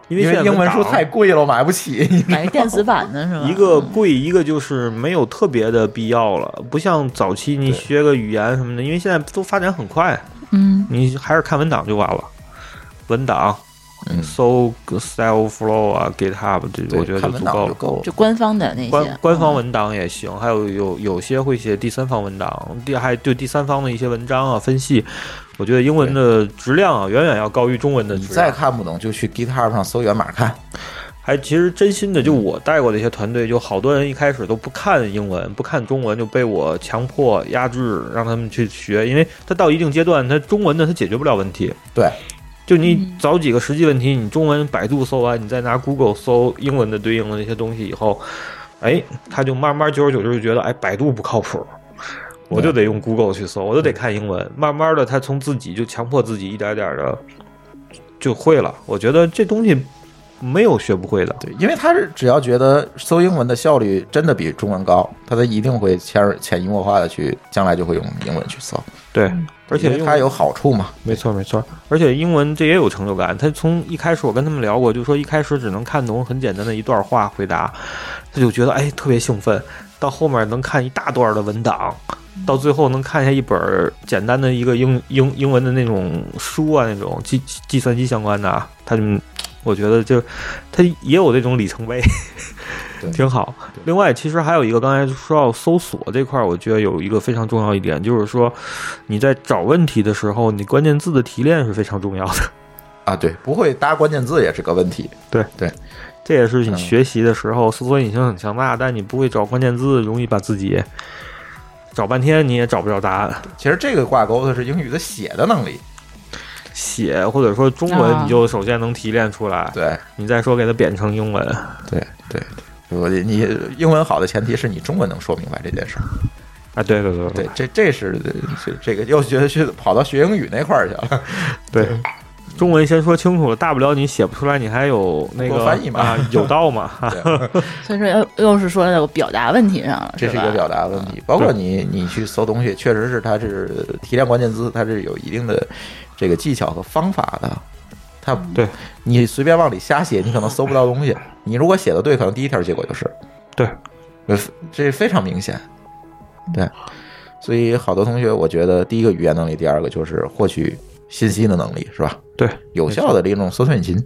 因为
因
现在
为英文书
档
太贵了，我买 不起。
买个电子版的是吧？
一个贵，一个就是没有特别的必要了，不像早期你学个语言什么的，因为现在都发展很快，
嗯，
你还是看文档就完了。文档
嗯，
搜 Style Flow 啊、GitHub 这，
对
我觉得
看
就
文
足
档
够
就
了。
够了。
就官方的那
官
些嗯
官方文档也行，还有有有些会写第三方文档，第还就第三方的一些文章啊分析，我觉得英文的质量啊远远要高于中文的
你
质
再
量。
看不懂就去 GitHub 上搜源码看。
还其实真心的，就我带过的一些团队，就好多人一开始都不看英文，不看中文，就被我强迫压制，让他们去学，因为他到一定阶段，他中文的他解决不了问题。
对，
就你找几个实际问题，你中文百度搜完，你再拿 Google 搜英文的对应的那些东西以后，哎，他就慢慢久而久之就觉得，哎，百度不靠谱。我就得用 Google 去搜，我就得看英文。慢慢的，他从自己就强迫自己一点点的就会了。我觉得这东西没有学不会的。
对，因为他是只要觉得搜英文的效率真的比中文高，他他一定会潜潜移默化的去，将来就会用英文去搜，
对，而且
因为它有好处嘛。
没错没错，而且英文这也有成就感。他从一开始我跟他们聊过，就说一开始只能看懂很简单的一段话回答，他就觉得哎特别兴奋，到后面能看一大段的文档。到最后能看下一本儿简单的一个英英英文的那种书啊，那种计计算机相关的啊，他就我觉得就他也有这种里程碑
对，
挺好。另外，其实还有一个刚才说到搜索这块儿，我觉得有一个非常重要一点，就是说你在找问题的时候，你关键字的提炼是非常重要 的。
啊，对，不会搭关键字也是个问题。
这也是
嗯
你学习的时候，搜索引擎很强大，但你不会找关键字，容易把自己找半天你也找不着答案。
其实这个挂钩的是英语的写的能力。
写或者说中文，
啊
你就首先能提炼出来，
对
你再说给它变成英文。啊
对对，我你英文好的前提是你中文能说明白这件事儿。
啊，对对对
呃对，这这是这这个又学去跑到学英语那块儿去了。
对，中文先说清楚了，大不了你写不出来，你还有那
我
个
翻译嘛
啊，有道嘛，哈
所以说又又是说到表达问题上了，
这是
是
一
吧
个表达问
嗯
题。包括你你去搜东西，确实是它是提炼关键字，它是有一定的这个技巧和方法的。它
对
你随便往里瞎写，你可能搜不到东西。你如果写的对，可能第一条结果就是
对，
呃这非常明显。对，所以好多同学，我觉得第一个语言能力，第二个就是获取信息的能力，是吧？
对，
有效的利用搜索引擎，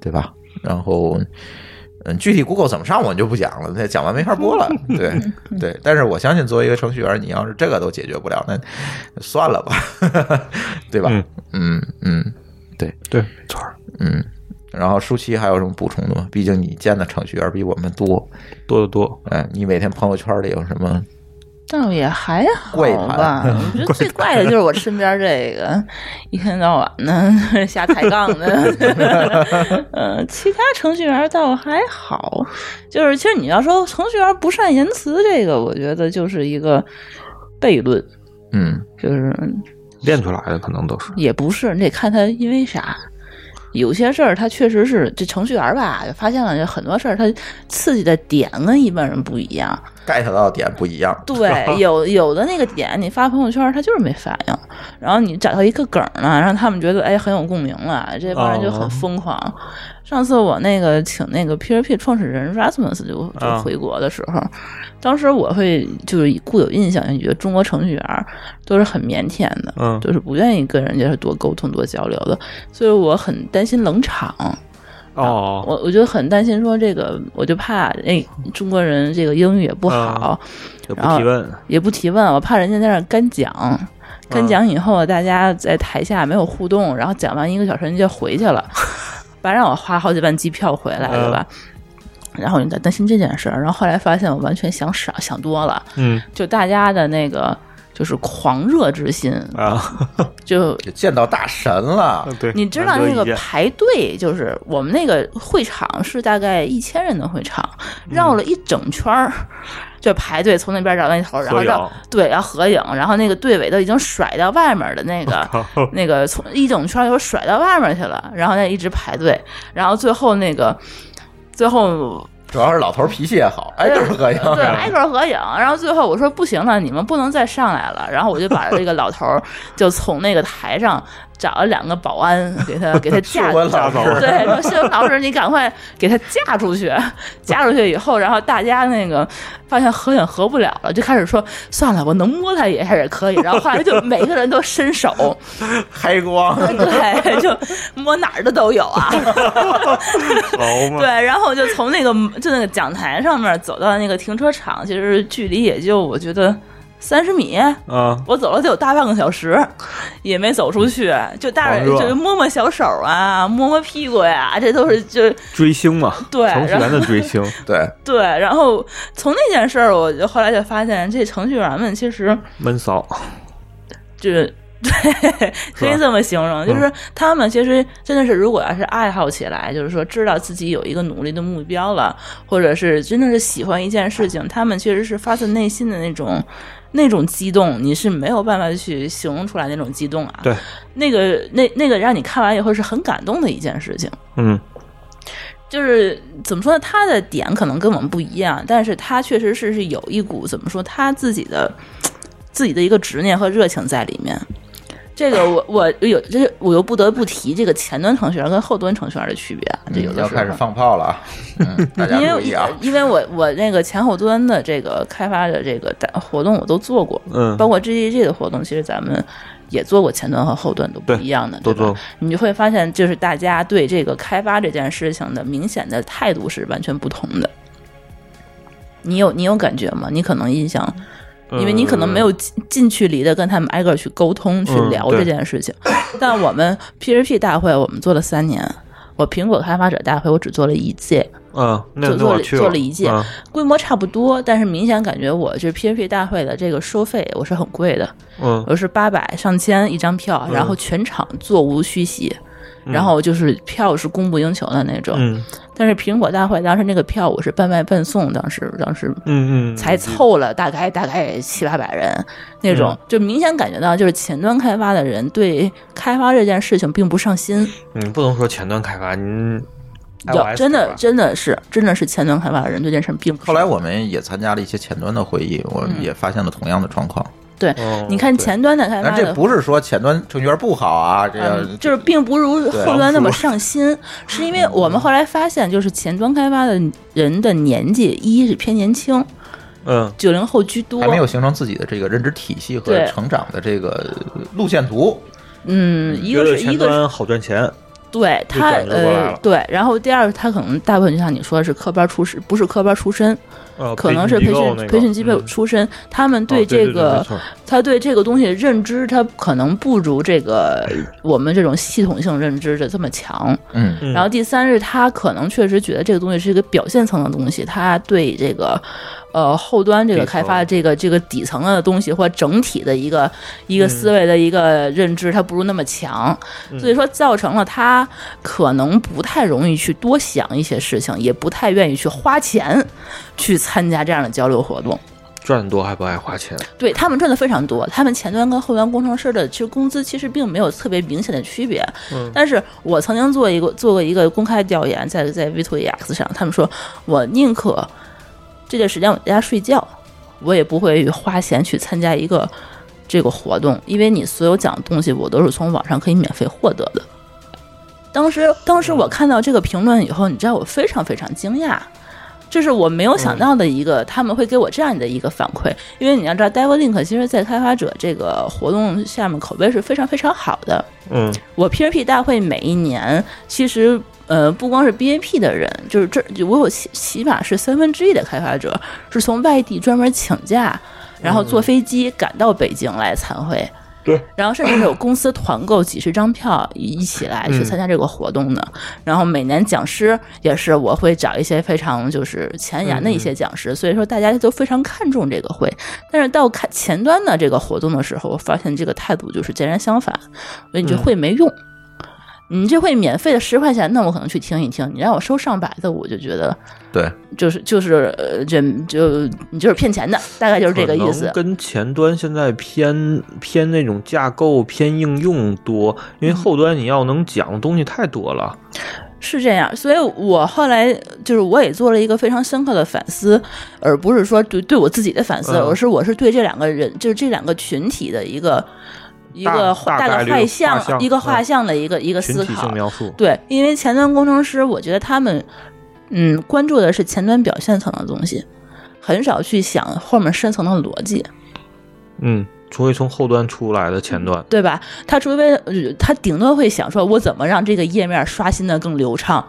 对吧？然后，嗯，具体 Google 怎么上我就不讲了，那讲完没法 播了。对对，但是我相信作为一个程序员，你要是这个都解决不了，那算了吧， 对吧？嗯嗯
对，没错儿，
嗯。然后舒淇还有什么补充的吗？毕竟你见的程序员比我们多，
多得多。
哎，你每天朋友圈里有什么？
倒也还好
怪谈
吧。我觉得最怪的就是我身边这个，一天到晚呢 瞎抬杠 的。呃，其他程序员倒还好，就是其实你要说程序员不善言辞，这个我觉得就是一个悖论，
嗯，
就是
练出来的可能都是
也不是，你得看他因为啥。有些事儿，他确实是这程序员吧，发现了很多事儿，他刺激的点跟一般人不一样。
get 到的点不一样。
对，有有的那个点，你发朋友圈，他就是没反应，然后你找到一个梗儿呢，让他们觉得哎很有共鸣了，这帮人就
哦
很疯狂。上次我那个请那个 P2P 创始人 Rasmus 就就
啊
回国的时候，当时我会就是以固有印象，觉得中国程序员儿都是很腼腆的，
嗯
就是不愿意跟人家多沟通、多交流的，所以我很担心冷场。
哦，
我我就很担心说这个，我就怕哎中国人这个英语也不好，
就不
然后
提问，
也不提问，我怕人家在那儿干讲。干讲以后，大家在台下没有互动，然后讲完一个小时人家就回去了，白让我花好几万机票回来，对吧？然后我就在担心这件事儿，然后后来发现我完全想少想多了，
嗯
就大家的那个就是狂热之心，
啊，
就
就见到大神了，
对，
你知道那
难得
个
一见
排队，就是我们那个会场是大概一千人的会场，绕了一整 圈儿，就排队从那边绕到那头，然后
合影
绕对，然后合影，然后那个队尾都已经甩到外面的 那个
哦
那个从一整圈儿又甩到外面去了，然后那一直排队，然后最后那个最后
主要是老头脾气也好，哎挨个合影。
对，哎 挨个儿合影。然后最后我说不行了，你们不能再上来了。然后我就把这个老头儿就从那个台上找了两个保安，给他给他架
秀文老
走
师，
对，说谢文老师，你赶快给他嫁出去。嫁出去以后，然后大家那个发现合影合不了了，就开始说算了，我能摸他一下也可以。然后后来就每个人都伸手，
开光，
对，就摸哪儿的都有啊。
好嘛，
对，然后我就从那个就那个讲台上面走到那个停车场，其实距离也就我觉得三十米。
啊，
我走了得有大半个小时，也没走出去，就大
狂热
就摸摸小手啊，摸摸屁股呀、这都是就
追星嘛，
对
程序员的追 星，
对，
对。然后从那件事儿，我就后来就发现，这程序员们其实
闷骚，
就是。对，可以这么形容，就是他们其实真的是，如果要是爱好起来，就是说知道自己有一个努力的目标了，或者是真的是喜欢一件事情，他们确实是发自内心的那种 那种激动，你是没有办法去形容出来那种激动啊。
对，
那个那那个让你看完以后是很感动的一件事情。
嗯，
就是怎么说呢？他的点可能跟我们不一样，但是他确实是是有一股怎么说他自己的自己的一个执念和热情在里面。这个我我有这我又不得不提这个前端程序员跟后端程序员的区别啊，这有
嗯
的
要
时
开始
候。
放炮了 啊！嗯，大家
因
注
为
意啊！
因为我我那个前后端的这个开发的这个活动我都做过，
嗯
包括 GDG 的活动，其实咱们也做过前端和后端都不一样的，
都
对吧
做过
你就会发现，就是大家对这个开发这件事情的明显的态度是完全不同的。你有你有感觉吗？你可能印象，
呃嗯
因为你可能没有近近距离的跟他们挨个去沟通、去聊
对
这件事情。但我们 PHP 大会我们做了三年，我苹果开发者大会我只做了一届，
嗯，那
就
那
做
我
了
去
做了一届
嗯，
规模差不多，但是明显感觉我这 PHP 大会的这个收费我是很贵的，
嗯
我是八百上千一张票，然后全场座无虚席，然后就是票是供不应求的那种。
嗯
但是苹果大会当时那个票我是半卖半送，当时当时
嗯嗯，
才凑了大概大概七八百人那种
嗯，
就明显感觉到就是前端开发的人对开发这件事情并不上心，
嗯，不能说前端开发，您
有真的真的是真的是前端开发的人对这件事并不上
后来我们也参加了一些前端的会议，我
嗯
们也发现了同样的状况。
对
哦，
你看前端的开
但
发
这
的。
不是说前端程序员不好啊，这个、
嗯，就是并不如
对
后端那么上心，是因为我们后来发现，就是前端开发的人的年纪，一是偏年轻，
嗯
九零后居多嗯
还，没有形成自己的这个认知体系和
对
成长的这个路线图。
嗯，一
觉
个
得
是
前
一个是
端好赚钱，
对他
转折过来
呃
了
对，然后第二，他可能大部分就像你说的是科班出身，不是科班出身，
呃，
可能是
机
培训
构那个
培训机构
嗯
出身，他们
哦对
这
对
个
没错
他对这个东西的认知，他可能不如这个我们这种系统性认知的这么强。
嗯，
嗯
然后第三是他可能确实觉得这个东西是一个表现层的东西，他对这个呃后端这个
底层
开发这个这个底层的东西或者整体的一个一个思维的一个认知，他不如那么强，所以说造成了他可能不太容易去多想一些事情，也不太愿意去花钱去参加这样的交流活动。
赚得多还不爱花钱，
对他们赚的非常多，他们前端跟后端工程师的其实工资其实并没有特别明显的区别。嗯、但是我曾经做一个做过一个公开调研，在在 v 2 e x 上，他们说我宁可这段时间我在家睡觉，我也不会花钱去参加一个这个活动，因为你所有讲的东西我都是从网上可以免费获得的。当时当时我看到这个评论以后，你知道我非常非常惊讶。这是我没有想到的一个，他们会给我这样的一个反馈，因为你要知道 d e v Link 其实在开发者这个活动下面口碑是非常非常好的。
嗯
我 PRP 大会每一年其实。呃，不光是 BAP 的人，就是这我有起起码是三分之一的开发者是从外地专门请假，然后坐飞机赶到北京来参会。
对，
然后甚至是有公司团购几十张票一起来去参加这个活动的。然后每年讲师也是我会找一些非常就是前沿的一些讲师，所以说大家都非常看重这个会。但是到看前端的这个活动的时候，我发现这个态度就是截然相反，所以你这会没用。你这会免费的十块钱，那我可能去听一听。你让我收上百的，我就觉得
对，
就是就是呃，这就你就是骗钱的，大概就是这个意
可
思
能。跟前端现在偏偏那种架构偏应用多，因
嗯
为后端你要能讲的东西太多了。
是这样，所以我后来就是我也做了一个非常深刻的反思，而不是说对对我自己的反思，
嗯
而是我是对这两个人，就是这两个群体的一个一个
大大概
概
率的
画
画像
一个画
嗯
像的一个、一个
群
思
体
考
性。描述，
对，因为前端工程师，我觉得他们嗯关注的是前端表现层的东西，很少去想后面深层的逻辑。
嗯，除非从后端出来的前端，
对吧？他除非呃他顶多会想说，我怎么让这个页面刷新的更流畅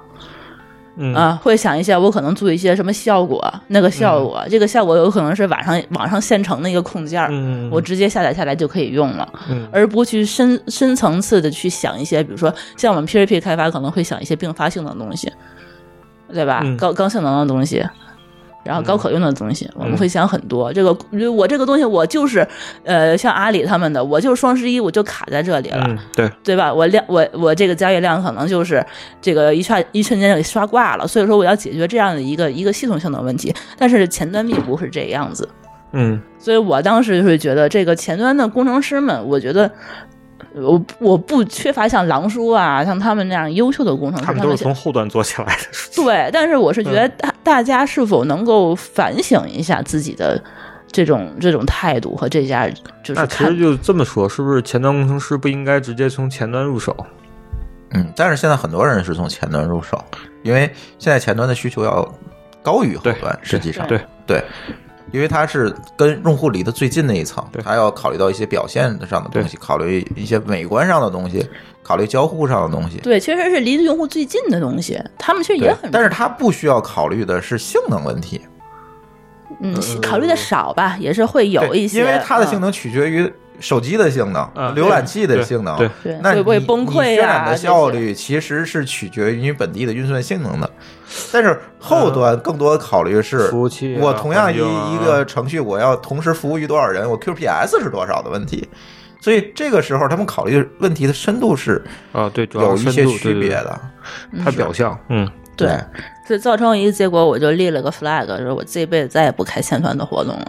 嗯
啊？会想一下，我可能做一些什么效果，那个效果，这个效果有可能是网上网上现成的一个控件儿，
嗯，
我直接下载下来就可以用了，
嗯
而不去深深层次的去想一些，比如说像我们 PHP 开发可能会想一些并发性的东西，对吧？
嗯
高高性能的东西。然后高可用的东西，我们
嗯
会想很多。这个我这个东西，我就是，呃，像阿里他们的，我就是双十一我就卡在这里了，
嗯，对，
对吧？我量我我这个交易量可能就是这个一刷一瞬间就给刷挂了，所以说我要解决这样的一个一个系统性的问题。但是前端并不是这样子，
嗯
所以我当时就是觉得这个前端的工程师们，我觉得。呃我我不缺乏像狼叔啊，像他们那样优秀的工程师，
他们都是嗯
想
从后端做起来的。
对，但是我是觉得大大家是否能够反省一下自己的这种这种态度和这家就是
那其实
看
就这么说，是不是前端工程师不应该直接从前端入手？
嗯，但是现在很多人是从前端入手，因为现在前端的需求要高于后
对
端，实际上
对，
对，因为它是跟用户离得最近那一层
对，
它要考虑到一些表现上的东西，考虑一些美观上的东西，考虑交互上的东西。
对，其实是离用户最近的东西，他们其实也
对
很，
但是它不需要考虑的是性能问题，
嗯，考虑的少吧，也是会有
对
一些，
因为它的
嗯
性能取决于手机的性能、
嗯
浏览器的
对
性能。
对
对
那
会
你
不会崩
你
溃
渲染
啊？
的
这
效
些
率其实是取决于你本地的运算性能的，但是后端更多的考虑是
嗯服务器啊
我同样一
环境啊
一个程序，我要同时服务于多少人，我 QPS 是多少的问题。所以这个时候，他们考虑问题的深度是
啊，对，主要
有
是
一
深
些
度
区别，的。
它表象，嗯，
嗯对，所以造成一个结果，我就立了个 flag，说我这辈子再也不开线团的活动了，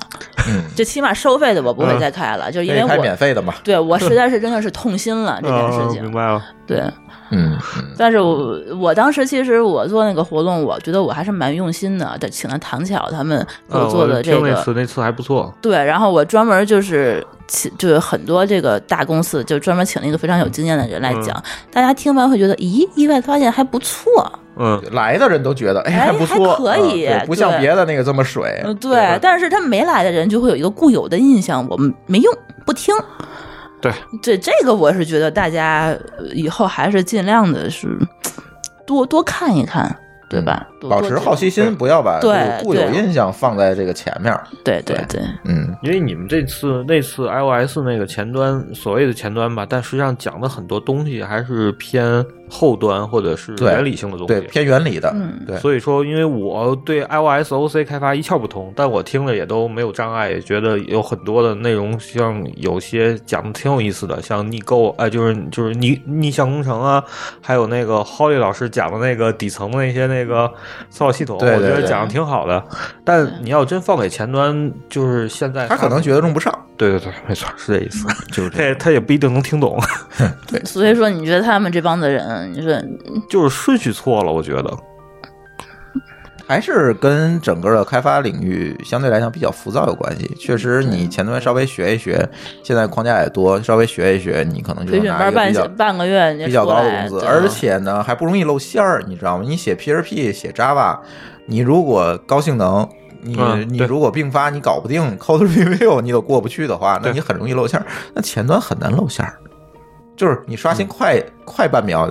嗯，
就起码收费的我不会再开了，就因
可以
为
开
我
免嗯费的嘛，
对我实在是真的是痛心 了这件事
啊，
情
明，白了，
对。
嗯嗯
但是我我当时其实我做那个活动，我觉得我还是蛮用心的，但请了唐巧他们给
啊
我
呃
做的这
听
个、
那次那次还不错，
对，然后我专门就是请，就是很多这个大公司就专门请了一个非常有经验的人
嗯
来讲，大家听完会觉得，咦，意外地发现还不错，
嗯，
来的人都觉得哎
哎
还不错，
还可以
嗯对不像
对
别的那个这么水，
嗯，对，但是他没来的人就会有一个固有的印象，我们没用，不听。
对，
这这个我是觉得大家呃以后还是尽量的是多多看一看，对吧？多
嗯保持好奇，心，不要把这
对
个固有
对
印象放在这个前面儿，
多对对
对
对，
嗯
因为你们这次那次 iOS 那个前端所谓的前端吧，但实际上讲的很多东西还是偏后端或者是
对
原理性的东西，
对，偏原理的，
嗯
对，
所以说，因为我对 iOS OC 开发一窍不通，但我听了也都没有障碍，也觉得有很多的内容，像有些讲的挺有意思的，像逆构，哎、就是就是逆逆向工程啊，还有那个 Holly 老师讲的那个底层的那些那个操作系统，
对对
我觉
对
得讲的挺好的。但你要真放给前端，就是现在
他可能觉得用不上，
对对对，没错，是这意思。
就是这样
他他也不一定能听懂，
所以说你觉得他们这帮子人，你说
就是顺序错了，我觉得。
还是跟整个的开发领域相对来讲比较浮躁有关系。确实，你前端稍微学一学，现在框架也多，稍微学一学，你可能就
培
能
训
拿
班
一个比较
半半个月你就
比较
出
高的工
来
资，
对
而且呢还不容易露馅儿，你知道吗？你写 PHP 写 Java，你如果高性能。你
嗯
你
对
如果并发你搞不定 code review 你都过不去的话，那
对
你很容易露馅儿。那前端很难露馅儿，就是你刷
嗯
新快、快半秒，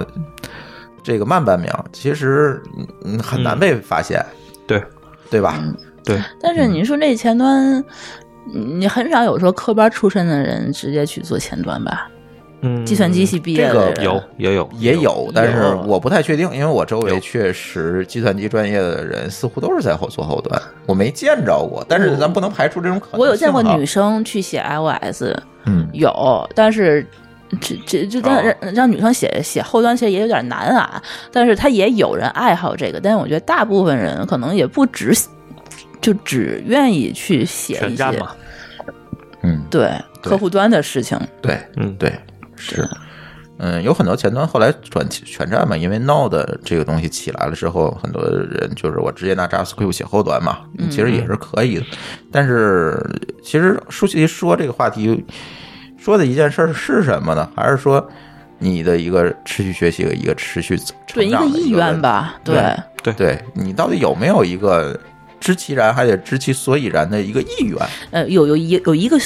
这个慢半秒，其实嗯嗯很难被发现。
对
对吧？
对，
嗯
但是你说这前端，你很少有说科班出身的人直接去做前端吧？
嗯，
计算机系毕业
这个
的人，
有也有
也有，但是我不太确定，因为我周围
有
确实计算机专业的人似乎都是在后做后端，我没见着过，但是咱不能排除这种可能性啊。
我有见过女生去写 iOS，
嗯，
有，但是。这这这
哦
让让让女生写写后端其实也有点难啊，但是她也有人爱好这个，但是我觉得大部分人可能也不只就只愿意去写
全
一
占
些
嘛，
嗯，
对
对
客户端的事情，
对
嗯，
对是。嗯，有很多前端后来转全站嘛，因为 Node 这个东西起来了之后，很多人就是我直接拿 JavaScript 写后端嘛，
嗯
其实也是可以的。但是其实舒淇说这个话题说的一件事儿是什么呢？还是说你的一个持续学习和一个持续成
对一个
长的
意
一个问
愿
题
吧，对
对对你到底有没有一个知其然还得知其所以然的一个意愿？
呃，有有一有一个，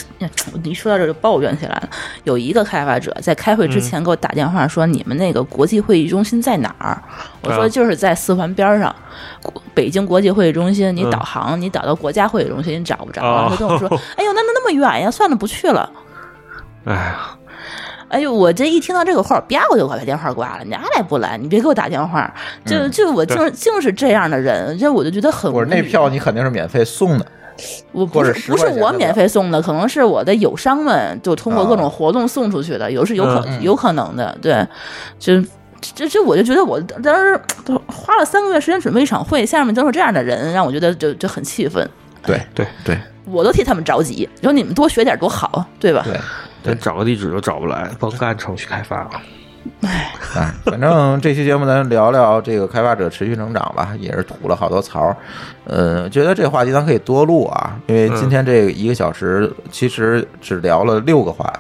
你说到这儿就抱怨起来了。有一个开发者在开
嗯
会之前给我打电话说：“你们那个国际会议中心在哪儿？”我说：“
啊
就是在四环边儿上，国北京国际会议中心。你
嗯
导航，你导到国家会议中心，你找不着。”
哦
他 跟我说：“哎呦，那那那么远呀，算了，不去了。
哎呀，”
哎呦，我这一听到这个话，啪，我就把电话挂了。你哪来不来？你别给我打电话。就
嗯
就我
对
竟竟是这样的人，这我就觉得很无
或者那
语
票你肯定是免费送的，或
我不
者
是
10
不是
块钱
我
的啊
免费送的，可能是我的友商们就通过各种活动送出去的，有是有可、
嗯嗯
有可能的，对，就这这我就觉得我当时都花了三个月时间准备一场会，下面都是这样的人，让我觉得就就很气愤，
对
对
对
我都替他们着急，你说你们多学点多好，对吧？
对。
咱找个地址都找不来，甭干程序开发了。
哎，反正这期节目咱聊聊这个开发者持续成长吧，也是吐了好多槽儿。呃，觉得这话题咱可以多录啊，因为
嗯
今天这一个小时其实只聊了六个话，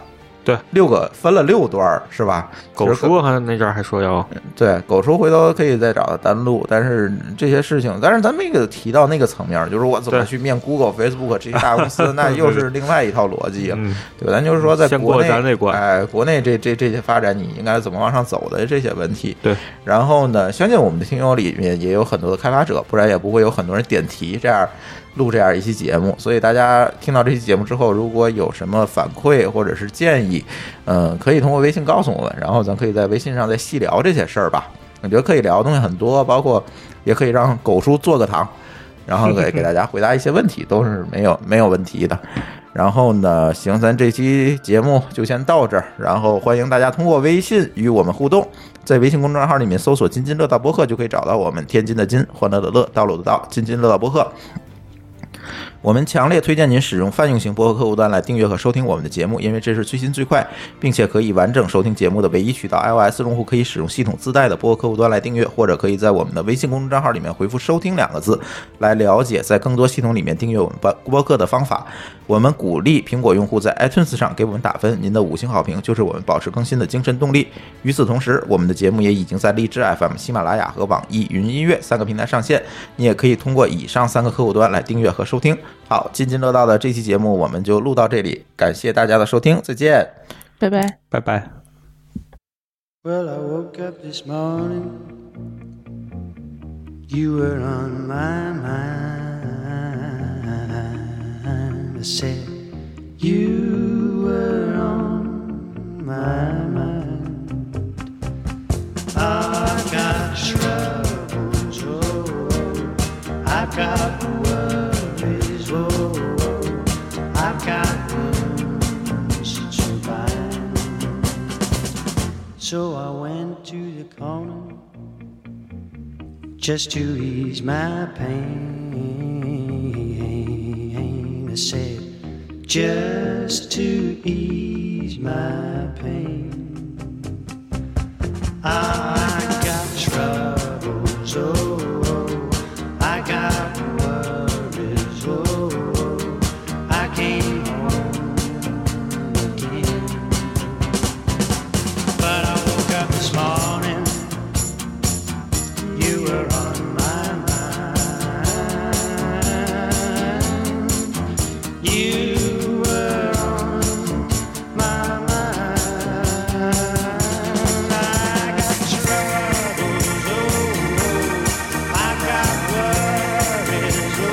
对，
六个分了六段儿是吧？
狗叔还那阵儿还说要，
对，狗叔回头可以再找他单录，但是这些事情，但是咱没给提到那个层面儿，就是我怎么
对
去面 Google、Facebook 这些大 公司，那又是另外一套逻辑了。
嗯，
对吧，咱就是说，在
先
国
过
内，
咱这关
哎，国内这这这些发展，你应该怎么往上走的这些问题。
对，
然后呢，相信我们的听友里面也有很多的开发者，不然也不会有很多人点题这样录这样一期节目。所以大家听到这期节目之后，如果有什么反馈或者是建议，嗯、可以通过微信告诉我们，然后咱可以在微信上再细聊这些事儿吧。我觉得可以聊的东西很多，包括也可以让狗叔做个堂，然后给给大家回答一些问题，都是没有没有问题的。然后呢，行，咱这期节目就先到这儿。然后欢迎大家通过微信与我们互动，在微信公众号里面搜索“津津乐道播客”就可以找到我们。天津的津，欢乐的乐，道路的道，津津乐道播客。我们强烈推荐您使用泛用型播客客户端来订阅和收听我们的节目，因为这是最新最快，并且可以完整收听节目的唯一渠道。iOS 用户可以使用系统自带的播客客户端来订阅，或者可以在我们的微信公众账号里面回复“收听”两个字，来了解在更多系统里面订阅我们播播客的方法。我们鼓励苹果用户在 iTunes 上给我们打分，您的五星好评就是我们保持更新的精神动力。与此同时，我们的节目也已经在荔枝 FM、喜马拉雅和网易云音乐三个平台上线，你也可以通过以上三个客户端来订阅和收听。好，津津乐道的这期节目我们就录到这里，感谢大家的收听，再见。
拜拜。
拜拜。
Well, I woke up this morning. You were on my mind. I said, You were on my mind. I got troubles, oh. I've got worries, oh. I've got wounds to bind. So I went to the corner just to ease my pain. I said, just to ease my pain. I got troubles, oh, I got worries, oh, I came home again. But I woke up this morning, you were on my mind. You were on my mind. I got troubles, oh, I got worries, oh,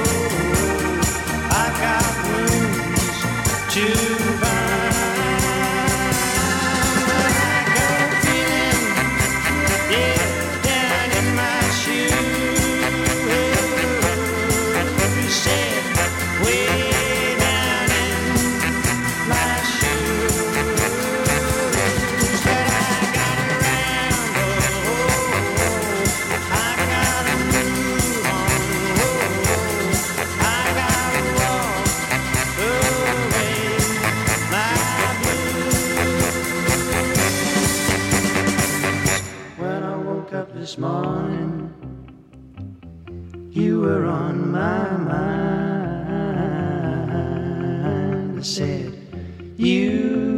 I got wounds to bind. I got a feeling When I woke up this morning, you were on my mind. I said, You